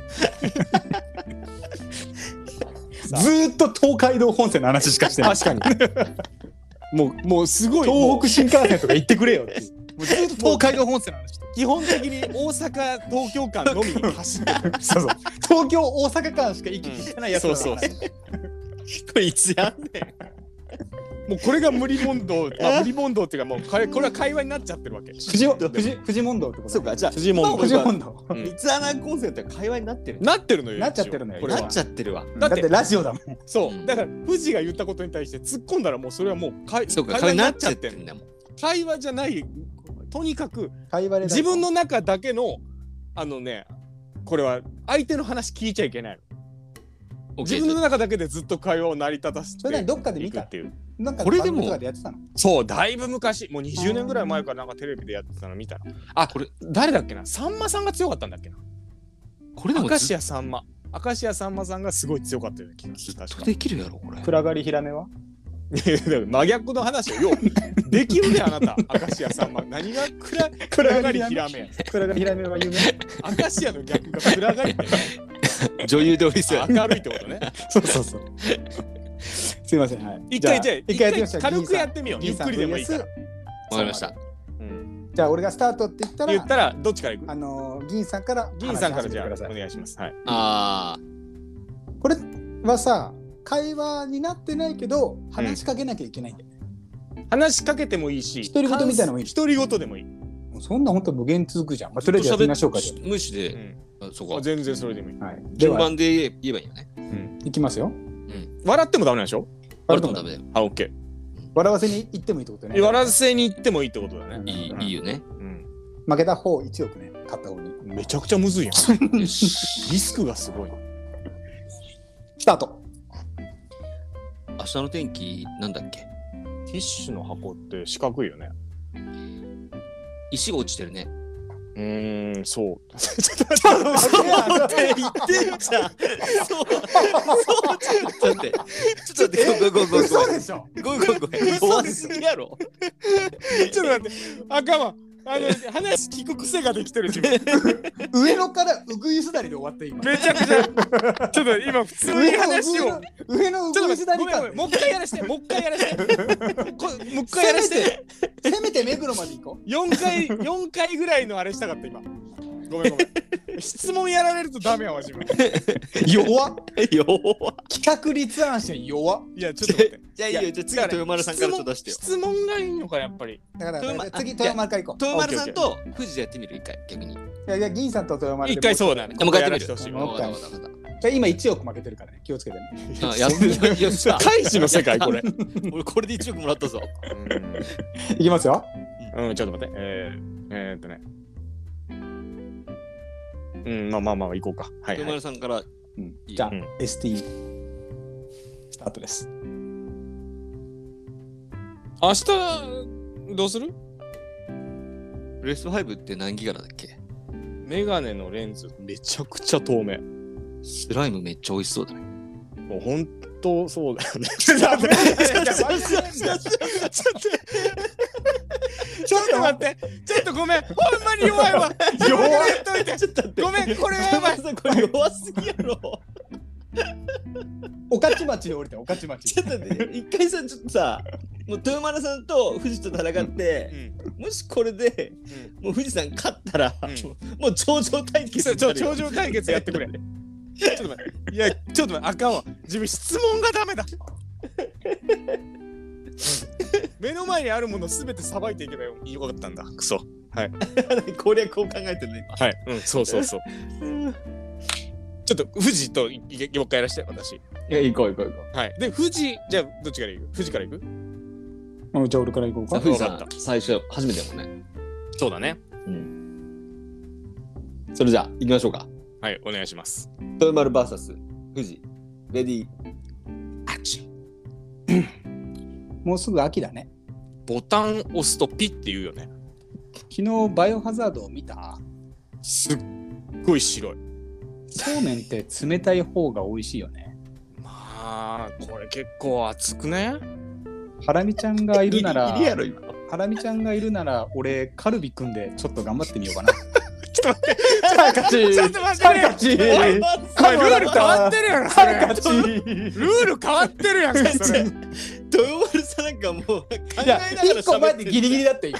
Speaker 3: ーっと東海道本線の話しかして ない
Speaker 2: 確かにもうもうすごい
Speaker 3: 東
Speaker 2: も
Speaker 3: 北新幹線とか行ってくれよっていうもうずーっと東海道本線の話
Speaker 2: う基本的に大阪東京間のみに走ってる
Speaker 3: そうそう東京大阪間しか行き来してないやつらの話、
Speaker 2: うんそう
Speaker 1: これいつやんね
Speaker 2: もうこれが無理問答、まあ、無理問答っていうかもうこれこれは会話になっちゃってるわけ
Speaker 3: 藤尾藤藤問答ってこと
Speaker 1: そうか、じゃあ、
Speaker 2: 辻問
Speaker 3: 藤
Speaker 2: 答
Speaker 3: 問答
Speaker 2: うん
Speaker 1: 三つ穴コンセントは会話になってる。
Speaker 2: なってるのよ
Speaker 3: なっちゃってるのよ
Speaker 2: 一応これ
Speaker 3: は
Speaker 1: な
Speaker 2: は
Speaker 1: っちゃってるわ。
Speaker 3: だ
Speaker 2: だ
Speaker 3: っ
Speaker 2: ってて
Speaker 3: ラジオだもん
Speaker 2: そうだから藤が言ったことに対して突っ込んだらもうそれはもう会
Speaker 1: そうか、会話に
Speaker 2: 会話に
Speaker 1: な
Speaker 2: な
Speaker 1: っ
Speaker 2: っ
Speaker 1: ち
Speaker 2: ち
Speaker 1: ゃ
Speaker 2: ゃ
Speaker 1: っ
Speaker 2: ってて
Speaker 1: る
Speaker 2: る
Speaker 1: んだもん。
Speaker 2: 会話じゃないとにかく
Speaker 3: 会話で
Speaker 2: 自分の中だけのあのねこれは相手の話聞いちゃいけないの自分の中だけでずっと会話を成り立たせ
Speaker 3: それ何
Speaker 2: て
Speaker 3: どっかで
Speaker 2: い
Speaker 3: 見
Speaker 2: くったていう
Speaker 3: なんか
Speaker 1: これでも
Speaker 3: 番組とかでやってたの
Speaker 2: そうだいぶ昔もう20年ぐらい前からなんかテレビでやってたの見たらあ
Speaker 1: これ
Speaker 2: 誰だっけなさんまさんが強かったんだっけな
Speaker 1: これでも
Speaker 2: 明
Speaker 1: ず
Speaker 2: 石家さんま明石家さんまさんがすごい強かったような気がする
Speaker 1: っ
Speaker 2: 確
Speaker 1: と
Speaker 2: か
Speaker 1: できるやろ、これ。
Speaker 3: 暗がりヒラメはい
Speaker 2: やだから真逆の話をようできるねあなた明石家さんま何が暗暗がりひらめや
Speaker 3: 暗がりヒラメは有名
Speaker 2: 明石家の逆が暗がり って
Speaker 1: 女優でおりすよね。
Speaker 2: 明るいってことね
Speaker 3: そうそうそうすいませんはい
Speaker 2: 一回じ
Speaker 3: じ
Speaker 2: ゃ
Speaker 3: ゃ
Speaker 2: あ
Speaker 3: あ
Speaker 2: 一回
Speaker 3: やってみましょう
Speaker 2: 軽くやってみようゆ
Speaker 3: 銀
Speaker 2: っ
Speaker 3: さ
Speaker 2: く
Speaker 3: ん
Speaker 2: りでもいいから
Speaker 3: VS
Speaker 1: わかりました。
Speaker 2: うん
Speaker 3: じゃあ俺がスタートって言ったら
Speaker 2: 言ったらどっちから行く
Speaker 3: あのー銀さんから
Speaker 2: 銀さんからじゃあ
Speaker 3: 話し始め
Speaker 2: お
Speaker 3: てくださ
Speaker 2: 願いしますはい
Speaker 1: あ
Speaker 3: いこれはさ会話になってないけど話しかけなきゃいけないんだよ、
Speaker 2: 話しかけてもいいし
Speaker 3: 独り言みたいなのもいいし
Speaker 2: 独り言でもいい、う
Speaker 3: もうそんな本当無限続くじゃん、まあ、
Speaker 1: あ。
Speaker 3: とりあえずやってみましょうか
Speaker 1: ず
Speaker 3: じ
Speaker 1: っと喋っ無視で、
Speaker 2: ん、
Speaker 1: あそ
Speaker 2: あ
Speaker 1: こ。
Speaker 2: 全然それでもいい
Speaker 3: ゃあ、はい、で
Speaker 1: 順
Speaker 3: は
Speaker 1: 番で言え言えばいいよね。
Speaker 3: いきますよ
Speaker 2: 笑ってもダメなんでしょ
Speaker 1: 悪くもダメだよ。
Speaker 2: あオッケ
Speaker 3: 笑わせに行ってもいいってことね
Speaker 2: ー笑わせに行ってもいいってことだね、
Speaker 1: いい
Speaker 2: うん
Speaker 1: いいよ ね。
Speaker 2: うん
Speaker 3: 負けた方1億ね勝った方に
Speaker 2: めちゃくちゃむずい やん
Speaker 1: よし。
Speaker 2: リスクがすごい
Speaker 3: スタート
Speaker 1: 明日の天気、なんだっけ
Speaker 2: ティッシュの箱って四角いよね
Speaker 1: 石が落ちてるね。
Speaker 2: うーんそ
Speaker 1: っ
Speaker 2: う
Speaker 1: て言ってるじゃん。そう。そう、ちょっと待って。 ちょっと待って、ごめんごめんごめんごめん。
Speaker 3: 嘘でしょ
Speaker 1: ごめんごめんごめん。怖すぎやろ。
Speaker 2: ちょっと待ってあかんわあの話聞く癖ができてる自分
Speaker 3: 上野からうぐいすだりで終わった今
Speaker 2: めちゃくちゃちょっと今普通に話を
Speaker 3: 上のう
Speaker 2: ちょっと
Speaker 3: ぐ
Speaker 2: 待
Speaker 3: いす
Speaker 2: って
Speaker 3: だ
Speaker 2: ご
Speaker 3: り
Speaker 2: めんご
Speaker 3: か
Speaker 2: めんもう一回やらしてもう一回やらしてこもう一回やらして
Speaker 3: せめて目黒まで行こ
Speaker 2: 四回四回ぐらいのあれしたかった今ごめんごめん質問やられるとダメやわ自分
Speaker 3: う 弱っ
Speaker 1: 弱
Speaker 3: 企画立案者弱っ
Speaker 2: いやちょっと待って
Speaker 1: じゃあいいよ、じゃあ次は豊丸さんからちょっと出してよ。
Speaker 2: 質問質問がいいのかやっぱり
Speaker 3: だから
Speaker 1: 豊丸
Speaker 3: 次豊丸から行こ
Speaker 1: 豊丸さんと富士でやってみる一回、逆に。
Speaker 3: ういやいや銀さんと豊丸で
Speaker 2: 一回そうだね
Speaker 1: もう一回やってみる
Speaker 2: ここやらせてほしい
Speaker 3: もう一
Speaker 1: わ
Speaker 3: 回
Speaker 1: かったわかった
Speaker 3: じゃあ今1億負けてるからね気をつけてね
Speaker 1: あや っよっしゃ
Speaker 2: 大使の世界これ。
Speaker 1: 俺これで1億もらったぞ
Speaker 3: いきますよ
Speaker 2: うん、ちょっと待って。えー、えーっとね。うん、まあまあまあ、行こうか。はい、
Speaker 1: 豊
Speaker 2: は
Speaker 1: 丸。
Speaker 2: い
Speaker 1: さんから
Speaker 3: うんじゃあ、
Speaker 2: うん
Speaker 3: ST スタートです
Speaker 2: 明日、どうする
Speaker 1: プレス5って何ギガなんだっけ
Speaker 2: メガネのレンズ、めちゃくちゃ透明。
Speaker 1: スライムめっちゃ美味しそうだね
Speaker 2: もう本当そうだよね。 ちょっと待って、ちょっと待 って、ちょっと待って、ちょっとごめん、ほんまに弱いわ。弱いっといて。ごめん、これはやばい。
Speaker 1: さんこれ弱すぎやろ
Speaker 3: 御徒町で降りて御徒町
Speaker 1: ちょっと待って一回さちょっとさもう豊丸さんと富士と戦って、もしこれで、もう富士山勝ったら、
Speaker 2: うん
Speaker 1: もう頂上対決
Speaker 2: そう
Speaker 1: にな
Speaker 2: 頂
Speaker 1: るよ
Speaker 2: 上対決やってくれ。ちょっと待って。いや、ちょっと待って、あかんわ。自分質問がダ メだ。目の前にあるものすべてさばいていけばよかったんだ。クソ。
Speaker 1: 攻略を考えてるね
Speaker 2: はい。うん、そうそうそう。 ちょっと富士といいもう一回やらして、私。
Speaker 1: いや行こう行こう行こ
Speaker 2: はい。で、富士、じゃあどっちから行く富士から行く
Speaker 3: うんじゃあ俺から行こう
Speaker 1: さあ
Speaker 3: か
Speaker 1: 富士
Speaker 2: わか
Speaker 1: 山最初初めてだもんね
Speaker 2: そうだね。
Speaker 1: うんそれじゃあ行きましょうか
Speaker 2: はい、お願いします。
Speaker 1: 豊丸 VS 富士レディーアクション
Speaker 3: もうすぐ秋だね
Speaker 2: ボタン押すとピッて言うよね。
Speaker 3: 昨日バイオハザードを見た
Speaker 2: すっごい白い。
Speaker 3: そうめんって冷たい方が美味しいよね
Speaker 2: まあ、これ結構熱くね
Speaker 3: ハラミちゃんがいるなら
Speaker 1: ギリギリやろ今
Speaker 3: ハラミちゃんがいるなら俺カルビ組んでちょっと頑張ってみようかな
Speaker 2: ちょっと待って、
Speaker 3: ハルカチ
Speaker 2: ちょっと待ってね
Speaker 3: ハルカチ
Speaker 2: おい
Speaker 3: ハ
Speaker 2: お前ルール変わってるやんそれ
Speaker 3: ルカチ
Speaker 2: ルール変わってるやんかそれ
Speaker 1: 豊丸さんなんかもう考えないが
Speaker 3: や
Speaker 1: ら
Speaker 3: 一個前でギリギリ
Speaker 1: だ
Speaker 3: だって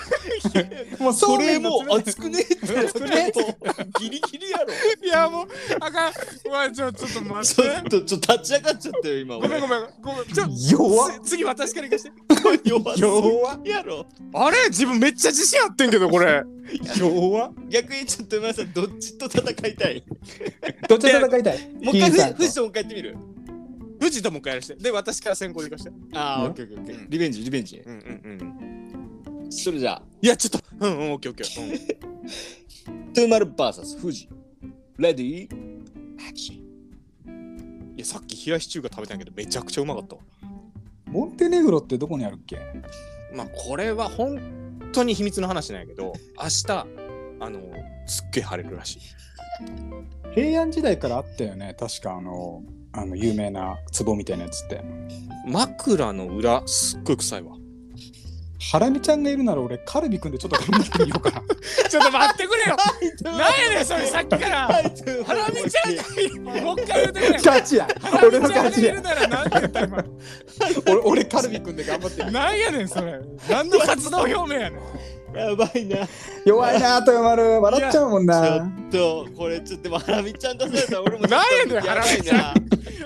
Speaker 3: もう
Speaker 1: そ
Speaker 3: そうめ
Speaker 1: れ
Speaker 3: んの
Speaker 1: もう熱くねえって
Speaker 3: 熱くねえ
Speaker 1: ギリギリやろ
Speaker 2: いやもうあかんお前ちょちょっと待っ
Speaker 1: ち ょ
Speaker 2: て
Speaker 1: っとちょっと立ち上がっちゃったよ今
Speaker 2: ごめん
Speaker 1: 俺
Speaker 2: ごめんごめんちょ
Speaker 3: 弱っ
Speaker 2: つ次私から行かして
Speaker 1: 弱す
Speaker 3: 弱っ
Speaker 1: ぎやろ
Speaker 2: あれ自分めっちゃ自信あってんけどこ れ
Speaker 3: 弱っ
Speaker 1: 逆にちょっと豊丸さんどっちと戦いたい
Speaker 3: どっちで戦いたい
Speaker 1: もう一回
Speaker 3: 金さん
Speaker 1: 富富
Speaker 3: と
Speaker 1: 士ともう一回やってみる
Speaker 2: 富士ともう一回やらしてで私から先行で行かして
Speaker 1: ああ
Speaker 3: うん
Speaker 1: オッケーオッケーオッケーリベンジリベンジ
Speaker 2: うんうんうん
Speaker 1: それじゃあ
Speaker 2: いやちょっとうんうんオッケーオッケー
Speaker 1: 豊丸 VS 富士レディーアクション
Speaker 2: うんいやさっき冷やし中華食べたんやけどめちゃくちゃうまかったわ
Speaker 3: モンテネグロってどこにあるっけ
Speaker 2: まあこれは本当に秘密の話なんやけど明日あのすっげえ晴れるらしい
Speaker 3: 平安時代からあったよね確かあのあの有名な壺みたいなやつって
Speaker 2: 枕の裏すっごい臭いわ
Speaker 3: ハラミちゃんがいるなら俺カルビ君でちょっと頑張ってみようかな
Speaker 2: ちょっと待ってくれよ なんやねんそれさっきからハラミちゃんがいるもう一回言うてくれ よ
Speaker 3: 勝ちや
Speaker 2: ハラ
Speaker 3: 俺の
Speaker 2: ミちゃんがい
Speaker 3: 勝ちや
Speaker 2: るならなんて言った今
Speaker 3: 俺俺カルビ君で頑張ってみよ
Speaker 2: なんやねんそれ何の活動表明やねん
Speaker 1: やばいな
Speaker 3: う弱いな豊丸笑っちゃうもんな
Speaker 1: ちょっとこれちょっとでもハラミちゃん出されたら俺も
Speaker 2: なんやねん
Speaker 1: やばいな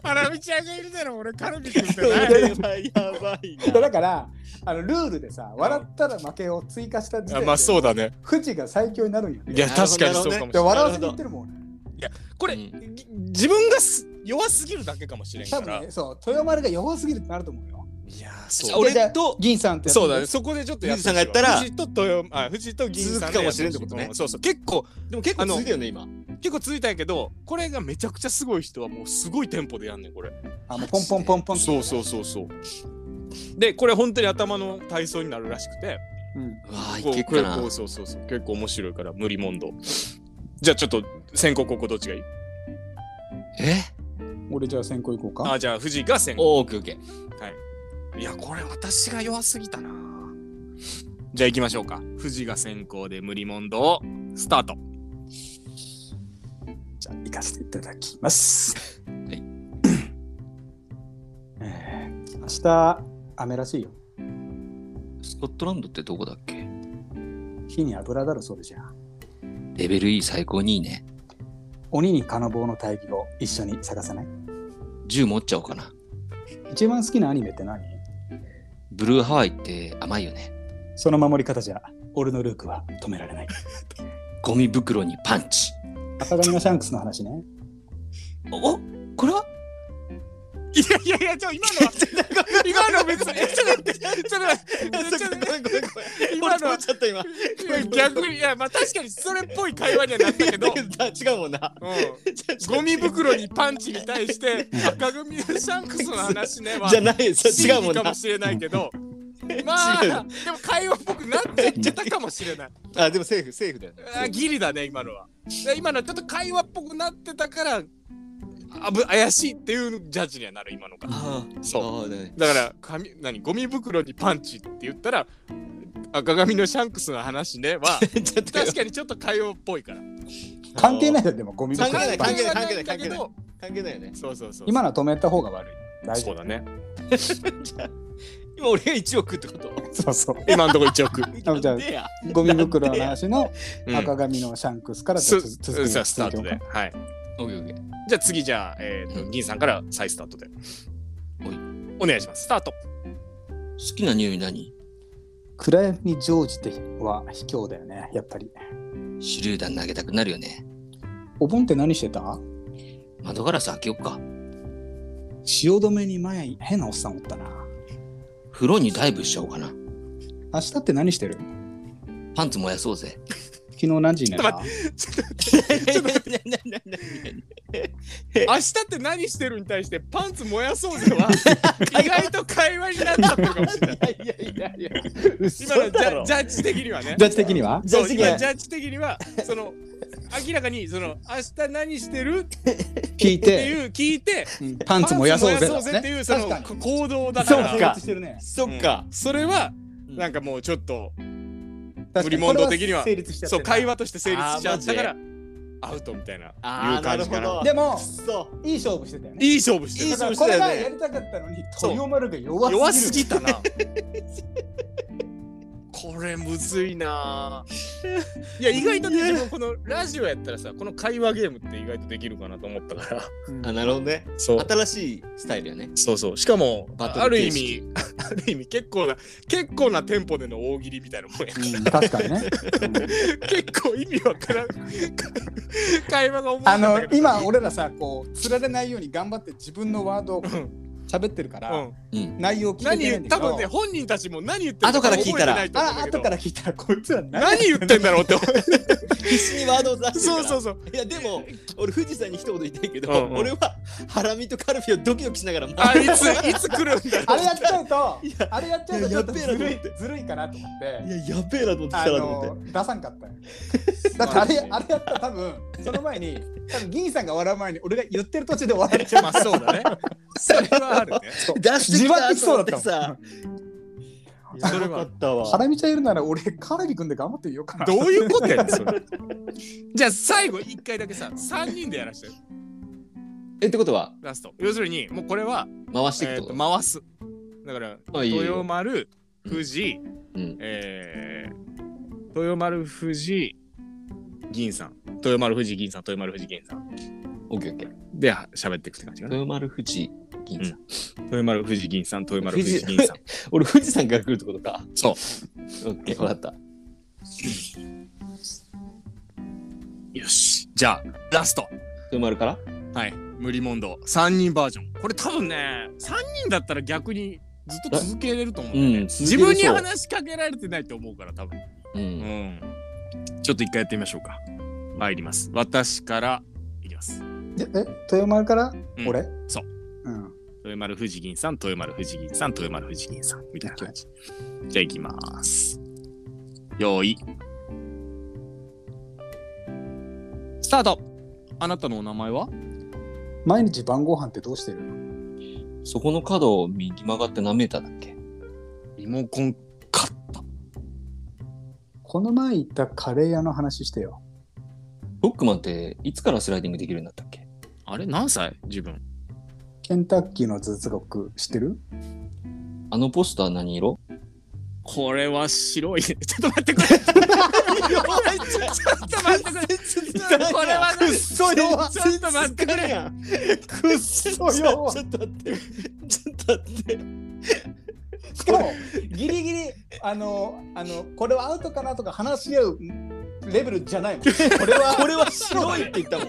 Speaker 2: ハラミちゃんがいるなら俺カルビ君って
Speaker 1: それ
Speaker 2: なんやねん
Speaker 1: はやばい
Speaker 3: いや
Speaker 1: な
Speaker 3: だからあのルールでさ笑ったら負けを追加した 時点で、
Speaker 2: うだね
Speaker 3: 富士が最強になるんよね
Speaker 2: いや確かにそうかもしれない
Speaker 3: いや笑わせにいってるもん俺
Speaker 2: これ、
Speaker 1: うん
Speaker 2: ぎ自分がす弱すぎるだけかもしれんか
Speaker 3: 多分
Speaker 2: ら、
Speaker 3: ねそう豊丸が弱すぎるってなると思うよ
Speaker 2: いやー
Speaker 1: じ
Speaker 2: そ
Speaker 1: ゃあ
Speaker 2: う
Speaker 1: 俺
Speaker 3: いやじゃあ
Speaker 1: と
Speaker 3: 銀さんってやつ
Speaker 2: そうだねそこでちょっとやってみよ
Speaker 1: 富士山がや
Speaker 2: う
Speaker 1: ったら
Speaker 2: 富士と豊あ富士と銀さ
Speaker 1: 続く
Speaker 2: んで
Speaker 1: かもしれんってことね
Speaker 2: うんそうそう結構
Speaker 1: でも結構続いたよね今
Speaker 2: 結構続いたんやけどこれがめちゃくちゃすごい人はもうすごいテンポでやんねんこれ
Speaker 3: あのポンポンポンポンって
Speaker 2: そうそうそうそうでこれ本当に頭の体操になるらしくて
Speaker 3: う
Speaker 1: わ
Speaker 3: ん
Speaker 1: あ
Speaker 2: こ
Speaker 1: いうけっ
Speaker 2: これ
Speaker 1: か
Speaker 2: こ
Speaker 1: な
Speaker 2: うそうそうそう結構面白いから無理問答じゃあちょっと先行ここどっちがいい
Speaker 1: え
Speaker 3: 俺じゃあ先行行こうか
Speaker 2: あじゃあ藤井が先行
Speaker 1: オーケーオッケー
Speaker 2: いやこれ私が弱すぎたなじゃあ行きましょうか藤井が先行で無理問答スタート
Speaker 3: じゃあ行かせていただきます。
Speaker 1: はい。
Speaker 3: 明日雨らしいよ。
Speaker 1: スコットランドってどこだっけ
Speaker 3: 火に油だるそうでじゃん。
Speaker 1: レベル E 最高にいいね
Speaker 3: 鬼に金棒の大義を一緒に探さない
Speaker 1: 銃持っちゃおうかな
Speaker 3: 一番好きなアニメって何
Speaker 1: ブルーハワイって甘いよね
Speaker 3: その守り方じゃ俺のルークは止められない。
Speaker 1: ゴミ袋にパンチ
Speaker 3: 赤髪のシャンクスの話ね。
Speaker 1: お
Speaker 2: これはいやいやいや、ちょ、今の は、今のは別に、えちょっと待って、ちょっと待って、ちょっと待って今のは
Speaker 1: ちょっと今。
Speaker 2: 逆に、いや、まあ確かにそれっぽい会話にはなったけ ど、うん、
Speaker 1: 違うもんな。
Speaker 2: ゴミ袋にパンチに対して、赤組のシャンクスの話 ねは、
Speaker 1: じゃない、そ
Speaker 2: 真
Speaker 1: 違う
Speaker 2: 理
Speaker 1: もん
Speaker 2: か
Speaker 1: な
Speaker 2: も。しれないけど、まあ、
Speaker 1: 違
Speaker 2: で
Speaker 1: う
Speaker 2: も会話っぽくなって言っちゃったかもしれない。
Speaker 1: あ、でもセーフ、セーフだよね。
Speaker 2: あギリだね、今のは。で今のはちょっと会話っぽくなってたから、あぶ怪しいっていうジャッジにはなる、今のが。
Speaker 1: ああ、そうだね。
Speaker 2: だから紙何ゴミ袋にパンチって言ったら赤髪のシャンクスの話ねは
Speaker 1: ちょっと
Speaker 2: 確かにちょっと会話っぽいから
Speaker 3: 関係ないよ、でもゴミ
Speaker 1: 関
Speaker 3: 袋
Speaker 1: 係ない
Speaker 3: いっぱい
Speaker 1: 関係ない
Speaker 2: 関係ないんだけど
Speaker 1: 関係ないよね。
Speaker 2: そうそうそう
Speaker 3: 今のは止めた方が悪い。大丈
Speaker 2: そうだね
Speaker 1: 今俺が1億ってこと。
Speaker 3: 夫。そうそう。
Speaker 2: 今んとこ一億
Speaker 3: あじゃあ
Speaker 1: なんでや
Speaker 3: ゴミ袋の話の
Speaker 2: うん
Speaker 3: 赤髪のシャンクスからちょ
Speaker 2: す
Speaker 3: っと続けて
Speaker 2: さあスタート
Speaker 3: 続け
Speaker 2: で
Speaker 3: よう
Speaker 2: はい
Speaker 1: オッケーオッケー
Speaker 2: じゃあ次じゃあ、えーと銀さんから再スタートで
Speaker 1: おい
Speaker 2: お願いしますスタート
Speaker 1: 好きな匂い何
Speaker 3: か暗闇に乗じては卑怯だよね、やっぱり。
Speaker 1: 手榴弾投げたくなるよね。
Speaker 3: お盆って何してた
Speaker 1: 窓ガラス開けよっか。
Speaker 3: 汐留に前、変なおっさんおったな。
Speaker 1: 風呂にダイブしちゃおうかな。
Speaker 3: 明日って何してる
Speaker 1: パンツ燃やそうぜ。
Speaker 3: 昨日何時に寝
Speaker 2: ちょった
Speaker 1: ちょっと待って。
Speaker 2: 明日って何してるに対してパンツ燃やそうぜは意外と会話になっちゃってるかもしれない
Speaker 1: いやいやいや。
Speaker 2: 今のジャジ
Speaker 1: ジ
Speaker 2: ャッジ的にはね
Speaker 3: ジャッジ的には
Speaker 1: ャ
Speaker 2: そう
Speaker 1: ッジ的に
Speaker 2: 今
Speaker 1: は
Speaker 2: ジャッジ的にはその明らかにその明日何してるっ
Speaker 3: 聞い
Speaker 2: て
Speaker 3: て、
Speaker 2: いう聞いて
Speaker 3: うんパンツ燃やそうぜ
Speaker 2: パンツ燃やっていうその
Speaker 3: 確か
Speaker 2: 行動だ
Speaker 3: に。
Speaker 2: か
Speaker 3: そう
Speaker 2: ら
Speaker 1: か
Speaker 3: か。してるね
Speaker 1: そっ
Speaker 2: か
Speaker 1: か。
Speaker 2: それは
Speaker 1: うん
Speaker 2: なんかもうちょっと
Speaker 3: 確かに
Speaker 2: 無理問答的には
Speaker 3: これ成立しちゃって
Speaker 2: そ
Speaker 3: る
Speaker 2: う
Speaker 3: な
Speaker 2: 会話として成立しち
Speaker 1: あー
Speaker 2: ゃ
Speaker 1: マ
Speaker 2: っ
Speaker 1: ジ
Speaker 2: た
Speaker 1: で
Speaker 2: からアウトみたいな
Speaker 1: あー
Speaker 2: いう感じか
Speaker 1: なるほ
Speaker 2: な
Speaker 1: ど
Speaker 3: でも
Speaker 1: く、そ
Speaker 3: いい勝負してたよね。
Speaker 2: いい勝負して
Speaker 1: いい
Speaker 2: る
Speaker 3: だから
Speaker 1: 勝負
Speaker 3: これが
Speaker 1: してたよね
Speaker 3: やりたかったのに、
Speaker 2: そう
Speaker 3: 鳥尾丸が弱すぎる。
Speaker 2: 弱すぎ たなこれむずいないや意外とね自分このラジオやったらさこの会話ゲームって意外とできるかなと思ったから
Speaker 3: うん
Speaker 1: あ、なるほどね。
Speaker 2: そう
Speaker 1: 新しいスタイルよね。
Speaker 2: そうそう。しかも、
Speaker 1: バトル
Speaker 2: ある
Speaker 1: 形
Speaker 2: 意味、 ある意味、結構な、結構なテンポでの大喜利みたいなもん や。
Speaker 3: うん 確かにね。うん
Speaker 2: 結構意味わからん。会話が面白か
Speaker 3: あ
Speaker 2: った
Speaker 3: の
Speaker 2: けど
Speaker 3: 今、俺らさこう釣られないように頑張って自分のワードを喋ってるから、
Speaker 2: うん、
Speaker 1: うん。
Speaker 3: 内容聞い
Speaker 2: 何
Speaker 3: てない
Speaker 2: 言
Speaker 3: ん
Speaker 2: う
Speaker 3: だ
Speaker 2: 多
Speaker 3: けど
Speaker 2: 分ね、本人たちも何言ってる
Speaker 1: 後から聞いたら
Speaker 2: 覚えてなと思
Speaker 3: あ
Speaker 2: うんだけど
Speaker 3: 後から聞いたらこいつら何
Speaker 2: 何言ってんだろうって思う。
Speaker 1: 必死にワードを出してるか
Speaker 2: そう
Speaker 1: ら。
Speaker 2: そうそう。
Speaker 1: いやでも俺富士山に一言言いたいけど、
Speaker 2: うんうん
Speaker 1: 俺はハラミとカルビをドキドキしながら待
Speaker 2: あ
Speaker 1: って
Speaker 2: いつ、いつ来るんだろう。
Speaker 3: あれやっちゃうと
Speaker 1: いや
Speaker 3: あれやっちゃうと
Speaker 1: い
Speaker 3: ち
Speaker 1: や
Speaker 3: ょっとずる
Speaker 1: や
Speaker 3: い
Speaker 1: っべえなと思って
Speaker 3: ずるいかなと思って
Speaker 1: いややべえなと思って
Speaker 3: あ
Speaker 1: たらと思って
Speaker 3: の出さんかった よだってあれあれやったら多分その前に多分銀さんが笑う前に俺が言ってる途中で 笑っちゃう
Speaker 2: まあそうだね。それはあるね。
Speaker 1: 出して
Speaker 3: 自
Speaker 1: きた
Speaker 3: 爆しそう
Speaker 1: と思
Speaker 3: だっ
Speaker 1: って
Speaker 3: た
Speaker 1: さ
Speaker 3: もん
Speaker 2: それ
Speaker 1: よか
Speaker 2: は
Speaker 1: っ。た
Speaker 3: ハ
Speaker 1: わ
Speaker 3: ラミちゃんいるなら俺カルビ君で頑張ってみようかな
Speaker 2: どう いうことやねん、それ。 じゃあ最後、一回だけさ、三人でやらして、
Speaker 1: えってことは
Speaker 2: ラスト。要するに、もうこれは、
Speaker 1: 回していくっ
Speaker 2: え
Speaker 1: て
Speaker 2: ー
Speaker 1: ことと、
Speaker 2: 回すだから
Speaker 1: あいいよ
Speaker 2: 豊丸富士、
Speaker 1: うん
Speaker 2: えー豊丸富士銀さん豊丸富士銀さん豊丸富士銀さん
Speaker 1: オッケーオッケー
Speaker 2: では喋っていくって感じかな
Speaker 1: 豊丸富士銀さん、
Speaker 2: 豊丸富士銀さん豊丸富士銀さん
Speaker 1: 俺富士山から来るってことか
Speaker 2: そう
Speaker 1: オッケー分かった
Speaker 2: よしじゃあラスト
Speaker 1: 豊丸から
Speaker 2: はい無理問答3人バージョンこれ多分ね3人だったら逆にずっと続けれると思うんだよね、
Speaker 1: うん続けれ
Speaker 2: 自
Speaker 1: そう
Speaker 2: 分に話しかけられてないと思うから多分
Speaker 1: うん、
Speaker 2: うん。ちょっと一回やってみましょうか。参ります。私からいきます。
Speaker 3: ええ豊丸から
Speaker 2: うん
Speaker 3: 俺、
Speaker 2: そう
Speaker 3: うん
Speaker 2: 豊丸富士銀さん、豊丸富士銀さん、豊丸富士銀さん。みたいな感じ。じゃあいきます。用意。スタートあなたのお名前は
Speaker 3: 毎日晩ご飯ってどうしてる
Speaker 1: そこの角を右曲がって何メーターだっけ
Speaker 2: リモコン買った。
Speaker 3: この前行ったカレー屋の話してよ。
Speaker 1: ロックマンっていつからスライディングできるようになったっけ
Speaker 2: あれ何歳自分。
Speaker 3: ケンタッキーの頭突獄知ってる
Speaker 1: あのポスター何色
Speaker 2: これは白い。ちょ っと待ってくれ。ちょっと待ってくれ。これは何
Speaker 1: そ
Speaker 2: 弱ちょっと待ってくれ
Speaker 1: やんくっそ
Speaker 3: 弱
Speaker 1: ちょっと待ってちょっと待って
Speaker 3: しかもギリギリあのあのこれはアウトかなとか話し合うレベルじゃないもん。これは
Speaker 1: これは白いって言ったもん。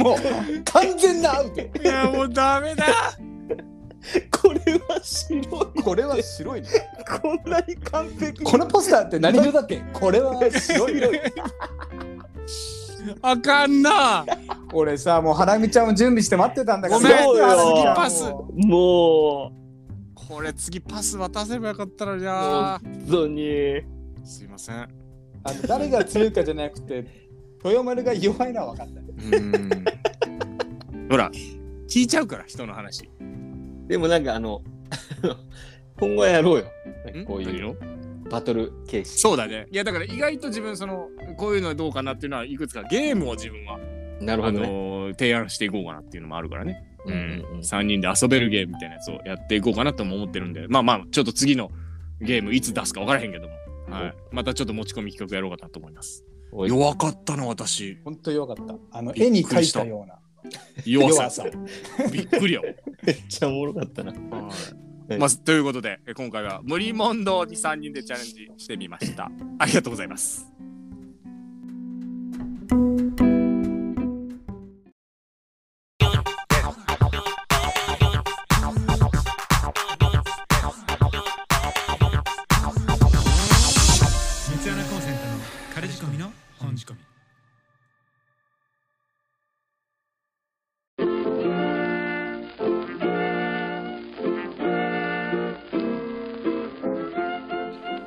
Speaker 3: もう完全なアウト。
Speaker 2: いやもうダメだ
Speaker 1: これは白い。
Speaker 3: これは白いね。
Speaker 1: こんなに完璧に。
Speaker 3: このポスターって何色だっけこれは白い色。
Speaker 2: あかんな
Speaker 3: 俺さ、もうハラミちゃんを準備して待ってたんだけど。
Speaker 1: ごめん
Speaker 3: そうよ
Speaker 1: 次
Speaker 2: パス
Speaker 1: も
Speaker 2: これ次パス渡せばよかったらじゃあ
Speaker 1: う、本当に。
Speaker 2: すいません
Speaker 3: あの誰が強いかじゃなくて、豊丸が弱いのは分かった。
Speaker 2: うーんほら聞いちゃうから人の話
Speaker 1: でもなんかあの、 今後はやろうよ。なんか
Speaker 2: ん
Speaker 1: こう
Speaker 2: 何
Speaker 1: いう
Speaker 2: を
Speaker 1: バトル形式。
Speaker 2: そうだねいやだから意外と自分そのこういうのはどうかなっていうのはいくつかゲームを自分は、
Speaker 1: なる
Speaker 2: あ
Speaker 1: ほど
Speaker 2: の
Speaker 1: ね。
Speaker 2: ー提案していこうかなっていうのもあるからね、
Speaker 1: うんうんうん
Speaker 2: 3人で遊べるゲームみたいなやつをやっていこうかなとも思ってるんでまあまあちょっと次のゲームいつ出すか分からへんけども、はい、またちょっと持ち込み企画やろうかなと思います
Speaker 1: おい
Speaker 2: 弱かったな私
Speaker 3: 本当弱かった。あの絵に描いたような
Speaker 2: 弱さ
Speaker 3: 弱さ。
Speaker 2: びっくりよ
Speaker 1: めっちゃおもろかったな。
Speaker 2: はいまあ、ということでえ今回は無理問答に3人でチャレンジしてみましたありがとうござい ます
Speaker 4: 三穴コンセントの仮仕込みの本仕込み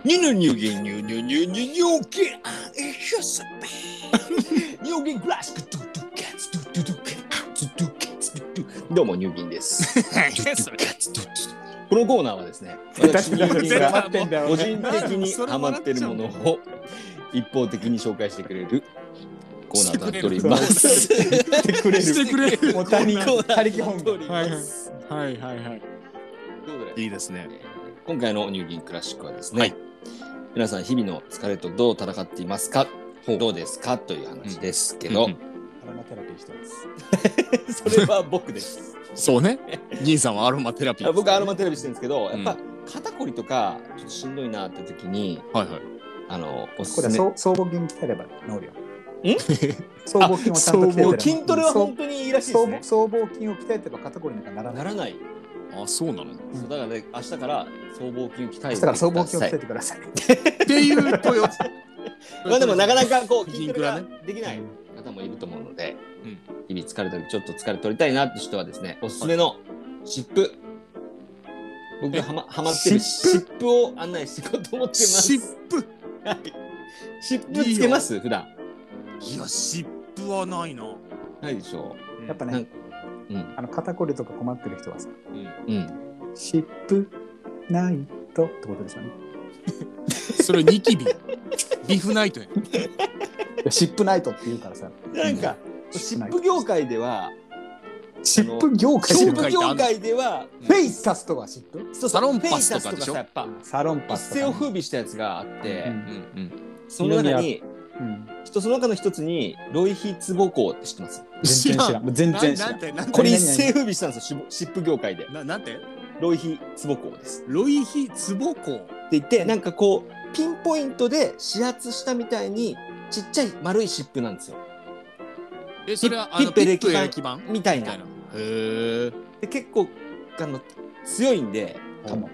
Speaker 1: ニュニュギニュニュニュニュニュギアンエシャスニュギグラスクトゥトゥキャッツトゥトゥトゥキャッツトゥキャッツトゥトゥ どうもニュギンです。このコーナーはです ね、私ニュギン
Speaker 3: 絶対
Speaker 1: が
Speaker 3: 待ってんだよ
Speaker 1: 個
Speaker 3: ね
Speaker 1: 人的にハマっているものを一方的に紹介してくれるコーナーとなっております。
Speaker 3: してくれ
Speaker 2: して
Speaker 3: る。
Speaker 2: くれる
Speaker 3: もう他人
Speaker 1: コーナ
Speaker 3: 他
Speaker 1: ー
Speaker 3: 力
Speaker 1: とな
Speaker 3: 本
Speaker 1: ってお
Speaker 3: 願。
Speaker 1: ります。
Speaker 2: はいはいはい
Speaker 1: ということで
Speaker 2: いいですね
Speaker 1: 今回のニューギンクラシックはですね、
Speaker 2: はい
Speaker 1: 皆さん日々の疲れとどう戦っていますかどうですかという話ですけど、
Speaker 2: うん
Speaker 3: アロマテラピーしてま す。
Speaker 1: それは僕です。
Speaker 2: そうね兄さんはアロマテラピーです
Speaker 1: 僕アロマテレビしてるんですけど、
Speaker 2: うん
Speaker 1: やっぱ肩こりとかちょっとしんどいなって時に、
Speaker 2: はいはい
Speaker 1: あのおす
Speaker 3: これ
Speaker 1: す
Speaker 3: は
Speaker 1: め。
Speaker 3: そう僧帽筋鍛えれば治るよ。僧帽筋をちゃんと鍛え
Speaker 1: も
Speaker 3: れ
Speaker 1: う
Speaker 3: ば。
Speaker 1: 筋トレは本当にいいらしいです
Speaker 3: 僧帽
Speaker 1: ね。
Speaker 3: 僧帽筋を鍛えてば肩こりなんかならな。
Speaker 1: ないらない。
Speaker 2: あそうなのっ
Speaker 1: そうだからね明日から僧帽筋鍛えてください。
Speaker 3: だから僧帽筋を鍛えてください。
Speaker 2: ていう豊
Speaker 1: まあでもなかなかこう筋
Speaker 2: 筋
Speaker 1: ト
Speaker 2: ト
Speaker 1: レ
Speaker 2: レ
Speaker 1: が
Speaker 2: が
Speaker 1: できない方もいると思うので、
Speaker 2: うん
Speaker 1: 日々疲れたりちょっと疲れ取りたいなって人はですねおすすめの湿布、僕がはまハマってる湿布を案内していこうと思ってます
Speaker 2: 湿布
Speaker 1: はい湿布つけます普段
Speaker 2: いや湿布はないな
Speaker 1: ないでしょ
Speaker 3: やっぱ
Speaker 1: なん
Speaker 3: ね、
Speaker 1: ううん
Speaker 3: あの肩こりとか困ってる人はさ、
Speaker 1: うん
Speaker 3: 湿布ないとってことですよね。
Speaker 2: それニキビ ビフナイトや
Speaker 3: 湿布ないとって言うからさ、
Speaker 1: なんか湿布業界では
Speaker 3: 湿布業界
Speaker 1: 湿
Speaker 2: 湿
Speaker 3: で
Speaker 2: 布
Speaker 1: 布
Speaker 2: 業界
Speaker 1: 業界では
Speaker 3: フェイサスとは湿布
Speaker 1: そうそう
Speaker 2: サロンパスとかでしょ
Speaker 1: フェイサスとかさやっ
Speaker 3: サロン
Speaker 1: ぱ
Speaker 3: パ
Speaker 1: 一
Speaker 3: スとかね
Speaker 1: 世を風靡したやつがあって、
Speaker 3: うん
Speaker 2: うん
Speaker 1: その中に
Speaker 3: うん
Speaker 1: 人その中の一つにロイヒツボ校って知ってます
Speaker 3: 全然知らん。全然知ら
Speaker 2: なん
Speaker 3: ん。
Speaker 2: てなんて
Speaker 1: これ一世風靡したんですよ湿布業界で
Speaker 2: ななんて
Speaker 1: ロイヒツボ校ですって
Speaker 2: ロイヒツボコ
Speaker 1: 言ってなんかこうピンポイントで指圧したみたいにちっちゃい丸い湿布なんですよ
Speaker 2: えそれは
Speaker 1: ピ
Speaker 2: あ
Speaker 1: ッ
Speaker 2: の
Speaker 1: ペ
Speaker 2: ピ
Speaker 1: レ
Speaker 2: ッ
Speaker 1: 基板
Speaker 2: ペレ基板
Speaker 1: みたい
Speaker 2: みた
Speaker 1: ない
Speaker 2: なへえ
Speaker 1: で結構あの強いんで
Speaker 3: かも。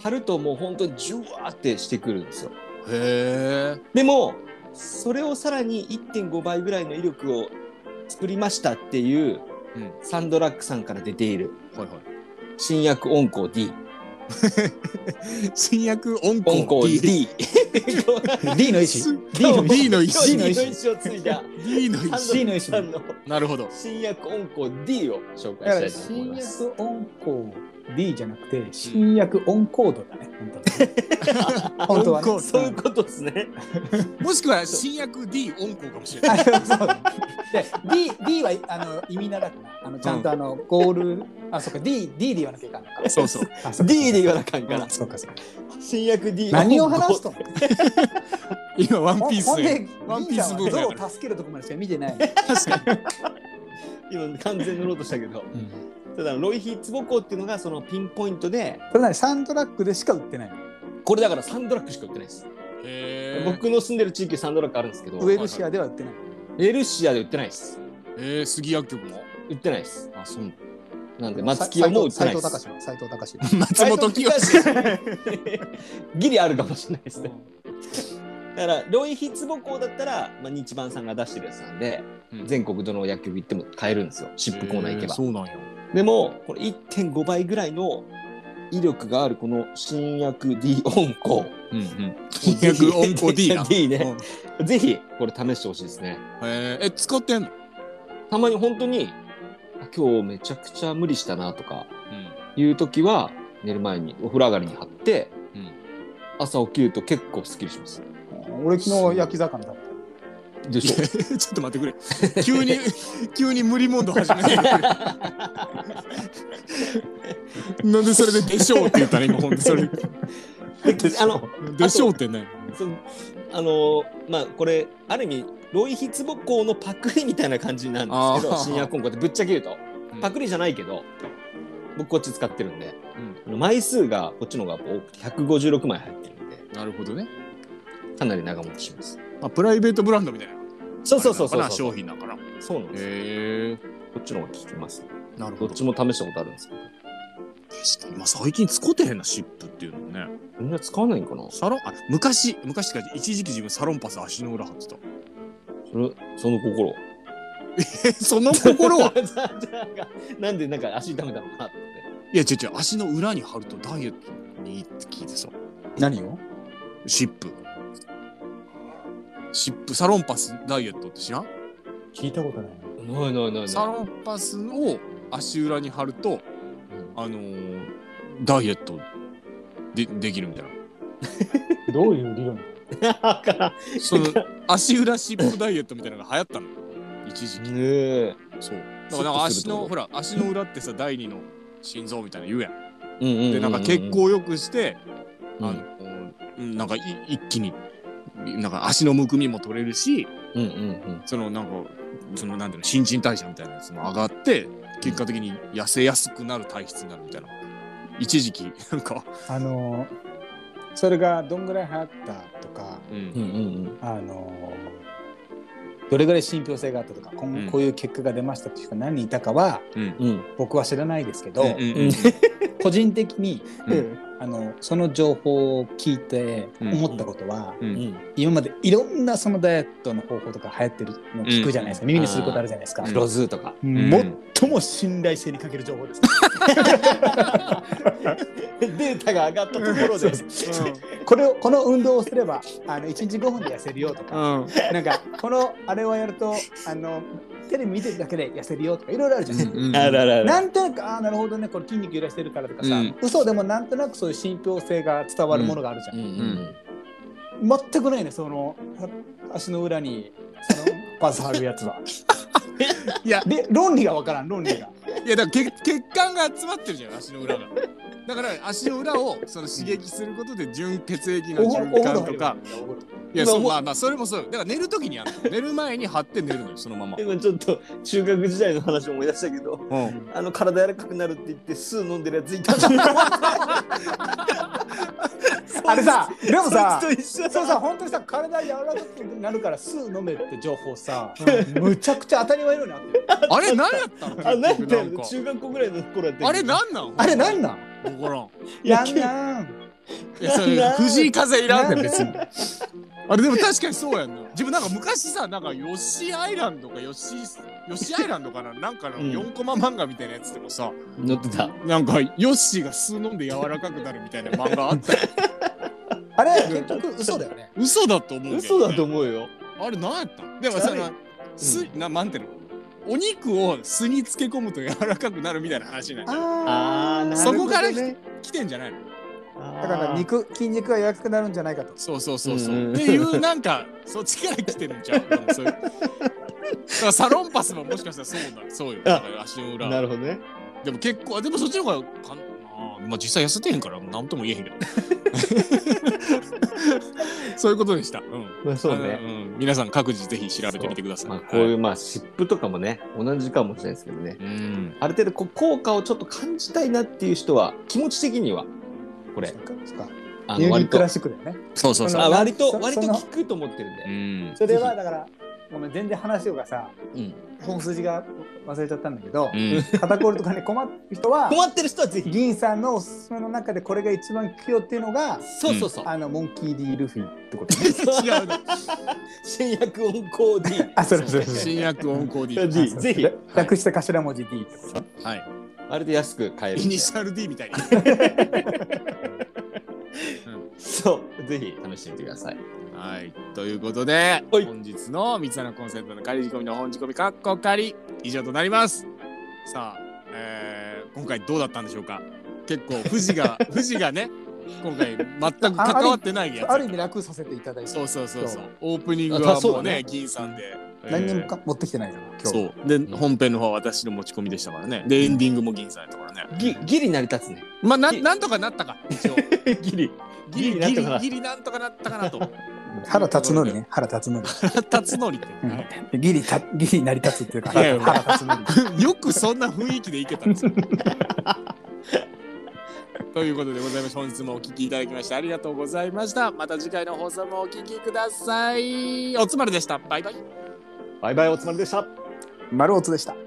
Speaker 1: 貼るともう本当にジュワーってしてくるんですよ
Speaker 2: へえ
Speaker 1: でもそれをさらに1.5倍ぐらいの威力を作りましたっていう、
Speaker 2: うん
Speaker 1: サンドラックさんから出ている
Speaker 2: はいはい
Speaker 1: 新薬音効 D
Speaker 2: 新薬音
Speaker 1: 音効
Speaker 2: 効
Speaker 1: D
Speaker 3: D の意思
Speaker 2: D の D の意
Speaker 1: D
Speaker 2: 思
Speaker 1: の意思を継いだ
Speaker 2: D の意思
Speaker 3: C の意
Speaker 1: さん
Speaker 3: 思。
Speaker 1: の
Speaker 2: なるほど
Speaker 1: 新薬音効 D を紹介し
Speaker 3: だか
Speaker 1: た
Speaker 3: ら
Speaker 1: いと思い
Speaker 3: 新
Speaker 1: ます。
Speaker 3: 薬音コ D じゃなくて新薬音コードだね。本当はね。
Speaker 2: 音
Speaker 3: 本
Speaker 2: コ
Speaker 1: そういう
Speaker 3: 当
Speaker 1: ことですね。
Speaker 2: もしくは新薬 D 音効かもしれ
Speaker 3: は
Speaker 2: ない
Speaker 3: ね。あ そうだねで D D はあの意味長くないあのちゃんとあのゴールあそっか D D で言わなきゃいかんのか。
Speaker 2: そうそう
Speaker 3: あそっか
Speaker 1: D で言わなあかんから
Speaker 3: あ。そうかそうか。
Speaker 1: 新薬 D
Speaker 3: 何を話すとんの。
Speaker 2: 今ワン
Speaker 3: ほん
Speaker 2: ピー
Speaker 3: ほん
Speaker 2: ス
Speaker 3: で
Speaker 2: ワンピースブ
Speaker 3: リーダー
Speaker 2: ームや
Speaker 3: は
Speaker 2: から
Speaker 3: ゾウを助けるとこまでしか見てない。
Speaker 1: 今完全に乗ろうとしたけど。ただロイヒツボコっていうのがそのピンポイントで、
Speaker 3: それなりサンドラックでしか売ってないの。
Speaker 1: これだからサンドラックしか売ってないです。
Speaker 2: えー、
Speaker 1: 僕の住んでる地域サンドラックあるんですけど、
Speaker 3: ウェルシアでは売ってない。
Speaker 1: エルシアで売ってないです。
Speaker 2: えー、杉薬局も
Speaker 1: 売ってないです。
Speaker 2: あそう
Speaker 1: なんで、松清も売ってないで
Speaker 5: 斎藤
Speaker 1: す。
Speaker 5: 隆の斎藤隆の
Speaker 2: 松本清
Speaker 1: ギリあるかもしれないですね。だから、両比坪校だったら、まあ、日版さんが出してるやつなんで、
Speaker 2: うん
Speaker 1: 全国どの薬局行っても買えるんですよ。シップコーナー行けば。
Speaker 2: そうなんや
Speaker 1: でも、これ1.5倍ぐらいの威力があるこの新薬 D 音効。
Speaker 2: うんうん新薬音効 D な
Speaker 1: D ね
Speaker 2: うん
Speaker 1: ぜひ、これ試してほしいですね。
Speaker 2: えー、え使ってんの、
Speaker 1: たまに本当に、あ今日めちゃくちゃ無理したなとか、
Speaker 2: うん
Speaker 1: いう時は寝る前にお風呂上がりに貼って、
Speaker 2: うん
Speaker 1: 朝起きると結構すっきりします
Speaker 5: 俺昨日焼き魚だっ
Speaker 1: で
Speaker 2: い
Speaker 1: し
Speaker 2: や
Speaker 1: ょ
Speaker 2: ちょっと待ってくれ急に急に無理モード始めてくれなんでそれで「でしょう」って言ったら今ほんとそれで
Speaker 1: あの
Speaker 2: 「でしょう」ってね
Speaker 1: そのあのまあこれある意味ロイヒツボ校のパクリみたいな感じなんですけど
Speaker 2: あー
Speaker 1: 深夜コンコってぶっちゃけ言うと、
Speaker 2: うん
Speaker 1: パクリじゃないけど僕こっち使ってるんで、
Speaker 2: う
Speaker 1: あ
Speaker 2: ん
Speaker 1: の枚数がこっちの方が多くて156枚入ってるんで
Speaker 2: なるほどね、
Speaker 1: かなり長持ちします
Speaker 2: まあ、プライベートブランドみたいな
Speaker 1: そうそうそうそう
Speaker 2: あれなのかな
Speaker 1: そう
Speaker 2: 商品なんかなへ
Speaker 1: そうなんですよ
Speaker 2: え
Speaker 1: こっちの方が効きます
Speaker 2: なる
Speaker 1: ど
Speaker 2: ほ
Speaker 1: っ
Speaker 2: ど
Speaker 1: ちも試したことあるんですけど
Speaker 2: 確かに、まあ、最近使ってへんなシップっていうのもね
Speaker 1: みんな使わないんかな
Speaker 2: サロンあ昔昔ってか一時期自分サロンパス足の裏貼ってた
Speaker 1: それその心
Speaker 2: え その 心は
Speaker 1: なんでなんか足痛めたのかなって
Speaker 2: いや違う違う足の裏に貼るとダイエットにいいって聞いてさ
Speaker 3: 何を
Speaker 2: シップシップサロンパスダイエットって知らん
Speaker 3: 聞いたことないな。
Speaker 1: ないないないな
Speaker 2: サロンパスを足裏に貼ると、あのーダイエットでできるみたいな。
Speaker 3: どういう理論
Speaker 1: いから
Speaker 2: そ の足裏シップダイエットみたいなのが流行ったの一時期。
Speaker 1: ねえ
Speaker 2: そう。だからなんか足の
Speaker 1: シ
Speaker 2: ほら足の裏ってさ第二の心臓みたいな言うやん。
Speaker 1: うんううう
Speaker 2: でなんか血行良くして、
Speaker 1: うん
Speaker 2: あのうんなんかい一気になんか足のむくみも取れるし、
Speaker 1: うんうんうん
Speaker 2: そのなんかそのなんていうの新陳代謝みたいなやつも上がって結果的に痩せやすくなる体質になるみたいな一時期なんか、
Speaker 3: あのーそれがどんぐらい流行ったとか、
Speaker 1: うんうんうん
Speaker 3: あのーどれぐらい信憑性があったとか、こん
Speaker 2: うん
Speaker 3: こういう結果が出ましたっていう人が何人いたかは
Speaker 1: うん
Speaker 3: 僕は知らないですけど、
Speaker 2: うんうんうん
Speaker 3: 個人的に
Speaker 2: うん
Speaker 3: あのその情報を聞いて
Speaker 2: うん
Speaker 3: 思ったことは、
Speaker 2: うん
Speaker 1: うん
Speaker 3: 今までいろんなそのダイエットの方法とか流行ってるの聞くじゃないですか、耳にすることあるじゃないですか、
Speaker 2: うん
Speaker 1: ロズーとか
Speaker 2: ん
Speaker 3: 最も信頼性に欠ける情 報です、
Speaker 1: データが上がったところで
Speaker 3: これをこの運動をすればあの1日5分で痩せる よとか、
Speaker 2: うん
Speaker 3: なんかこのあれをやるとあのテレビ見てるだけで痩せるよとかいろいろあるじゃないですか、
Speaker 1: あらら
Speaker 3: な
Speaker 1: ら
Speaker 3: んとなくああなるほどねこれ筋肉揺らしてるからとかさ、
Speaker 2: うん
Speaker 3: 嘘でもなんとなくそういう信憑性が伝わるものがあるじゃん
Speaker 1: うんうん
Speaker 3: 全くないねそのあ足の裏にそのパス貼るやつは
Speaker 2: いや
Speaker 3: で論理がわからん論理が
Speaker 2: いやだから血血管が集まってるじゃん足の裏がだから足の裏をその刺激することで純血液の
Speaker 3: お風呂
Speaker 2: 循環とかいや
Speaker 1: 今
Speaker 2: そう
Speaker 1: も
Speaker 2: まあまあそれもそうだから寝る時にやるの寝る前に貼って寝るのよそのまま、
Speaker 1: 今ちょっと中学時代の話を思い出したけど
Speaker 2: うん、
Speaker 1: あの体柔らかくなるって言って酢飲んでるやついたんだ
Speaker 3: あれさでもさ
Speaker 1: そいつと一緒だ
Speaker 3: そうさ本当にさ体柔らかくなるからすぐ飲めって情報さ、むちゃくちゃ当たり前のようにあってる
Speaker 2: あれ何やったの
Speaker 1: あ、なん
Speaker 2: 結
Speaker 1: だ
Speaker 2: 局
Speaker 1: よ、中学校ぐらいの頃やって
Speaker 2: あれ何なん
Speaker 3: あれなんなん
Speaker 2: 分からん
Speaker 3: や
Speaker 1: や
Speaker 3: んなん
Speaker 2: いやそれ
Speaker 1: なん
Speaker 2: 藤井風いらんねん
Speaker 3: なん
Speaker 2: 別にあれでも確かにそうやんな自分なんか昔さなんかヨッシーアイランドかヨッシーヨッシーアイランドかななんかの
Speaker 1: うん
Speaker 2: 4コマ漫画みたいなやつでもさ、
Speaker 1: 乗ってた。
Speaker 2: なんかヨッシーが酢飲んで柔らかくなるみたいな漫画 あったよ
Speaker 3: あれ結局嘘だよね
Speaker 2: 嘘だと思うけど、
Speaker 1: 嘘だと思うよ。
Speaker 2: あれ何やったんでもその酢、ななんていうのお肉を酢に漬け込むと柔らかくなるみたいな話なんや
Speaker 1: あーなる
Speaker 2: そ
Speaker 1: ほどね
Speaker 2: こから来て来てんじゃないの
Speaker 3: だから肉筋肉が柔らかくなるんじゃないかと
Speaker 2: そうそうそうそう。
Speaker 1: うん
Speaker 2: っていうなんかそっちから来てるんちゃう多分そういうだからサロンパスももしかしたらそうだそうよ。だから足の裏。
Speaker 1: なるほどね。
Speaker 2: でも結構あでもそっちの方がかんあーまあ実際痩せてへんからなんとも言えへんけど。 そういうことでした。うん。
Speaker 1: まあそう
Speaker 2: あの
Speaker 1: ね。
Speaker 2: ん皆さん各自ぜひ調べてみてください。
Speaker 1: まあこういう
Speaker 2: は
Speaker 1: まあ湿布とかもね、同じかもしれないですけどね。
Speaker 2: うん。
Speaker 1: ある程度こう効果をちょっと感じたいなっていう人は気持ち的にはこれ
Speaker 3: そうかそうか
Speaker 1: あの
Speaker 3: ユー
Speaker 1: 割
Speaker 3: リック
Speaker 1: と
Speaker 3: らしくだよね。
Speaker 2: そうそうそう
Speaker 1: あ割と
Speaker 3: そ
Speaker 1: 割と
Speaker 3: その
Speaker 1: 聞くと思ってるんで
Speaker 2: う、ん
Speaker 3: それ
Speaker 1: ぜ
Speaker 3: は
Speaker 1: ひ
Speaker 3: だから、ごめん、全然話がさ、
Speaker 1: うん、
Speaker 3: 本筋が忘れちゃったんだけど
Speaker 2: う、ん
Speaker 3: 肩こりとかに困る人は、
Speaker 1: 困ってる人はぜひ
Speaker 3: 銀さんのおすすめの中でこれが一番効くよっていうのが、
Speaker 1: そうそうそう、
Speaker 3: あの、モンキー・ D ・ルフィってことね。
Speaker 2: 違うの
Speaker 1: 新薬温厚 D
Speaker 3: あ、それそれそれ。
Speaker 2: 新薬温厚 D
Speaker 1: そう
Speaker 3: あ
Speaker 1: D
Speaker 3: そう
Speaker 1: ぜひ
Speaker 3: ら略して頭文字 D ってこと
Speaker 2: はい
Speaker 1: あれで安く買えるん
Speaker 2: イ
Speaker 1: で
Speaker 2: ニシャル D みたいに
Speaker 1: そうぜひ試してみてください
Speaker 2: はいということで
Speaker 1: はい
Speaker 2: 本日の三つ穴コンセントの仮仕込みの本仕込みかっこ仮以上となりますさあ、えー今回どうだったんでしょうか結構富士が富士がね今回全く関わってないやつ
Speaker 3: ある意味楽させていただいて
Speaker 2: そ、うそうそうそうオープニングは
Speaker 1: あそう
Speaker 2: も
Speaker 1: だ
Speaker 2: う
Speaker 1: ね
Speaker 2: ね銀さんで、
Speaker 3: 何にも
Speaker 2: か
Speaker 3: か持ってきてないから、今日。
Speaker 2: そうで本編の方は私の持ち込みでしたからねでエンディングも銀さんやったからね
Speaker 1: ぎギリ成り立つね
Speaker 2: まあな
Speaker 1: ぎ
Speaker 2: なんとかなったか一応
Speaker 1: ギリ
Speaker 2: ギ
Speaker 1: ギ
Speaker 2: リ
Speaker 1: リなん
Speaker 2: ギ
Speaker 1: とかな
Speaker 2: リギリなんとかなったかなと
Speaker 3: 原辰 徳ね、原辰徳。
Speaker 2: 辰徳って
Speaker 3: う
Speaker 2: はい
Speaker 3: んギリたギリ成り立つっていうか
Speaker 2: いやいや
Speaker 3: 腹立つのに
Speaker 2: よくそんな雰囲気でいけたんですよ。 ということでございまして本日もお聞きいただきましてありがとうございました。また次回の放送もお聞きください。おつまるでした。バイバイ。
Speaker 1: バイバイおつまりでした
Speaker 3: 丸尾津でした。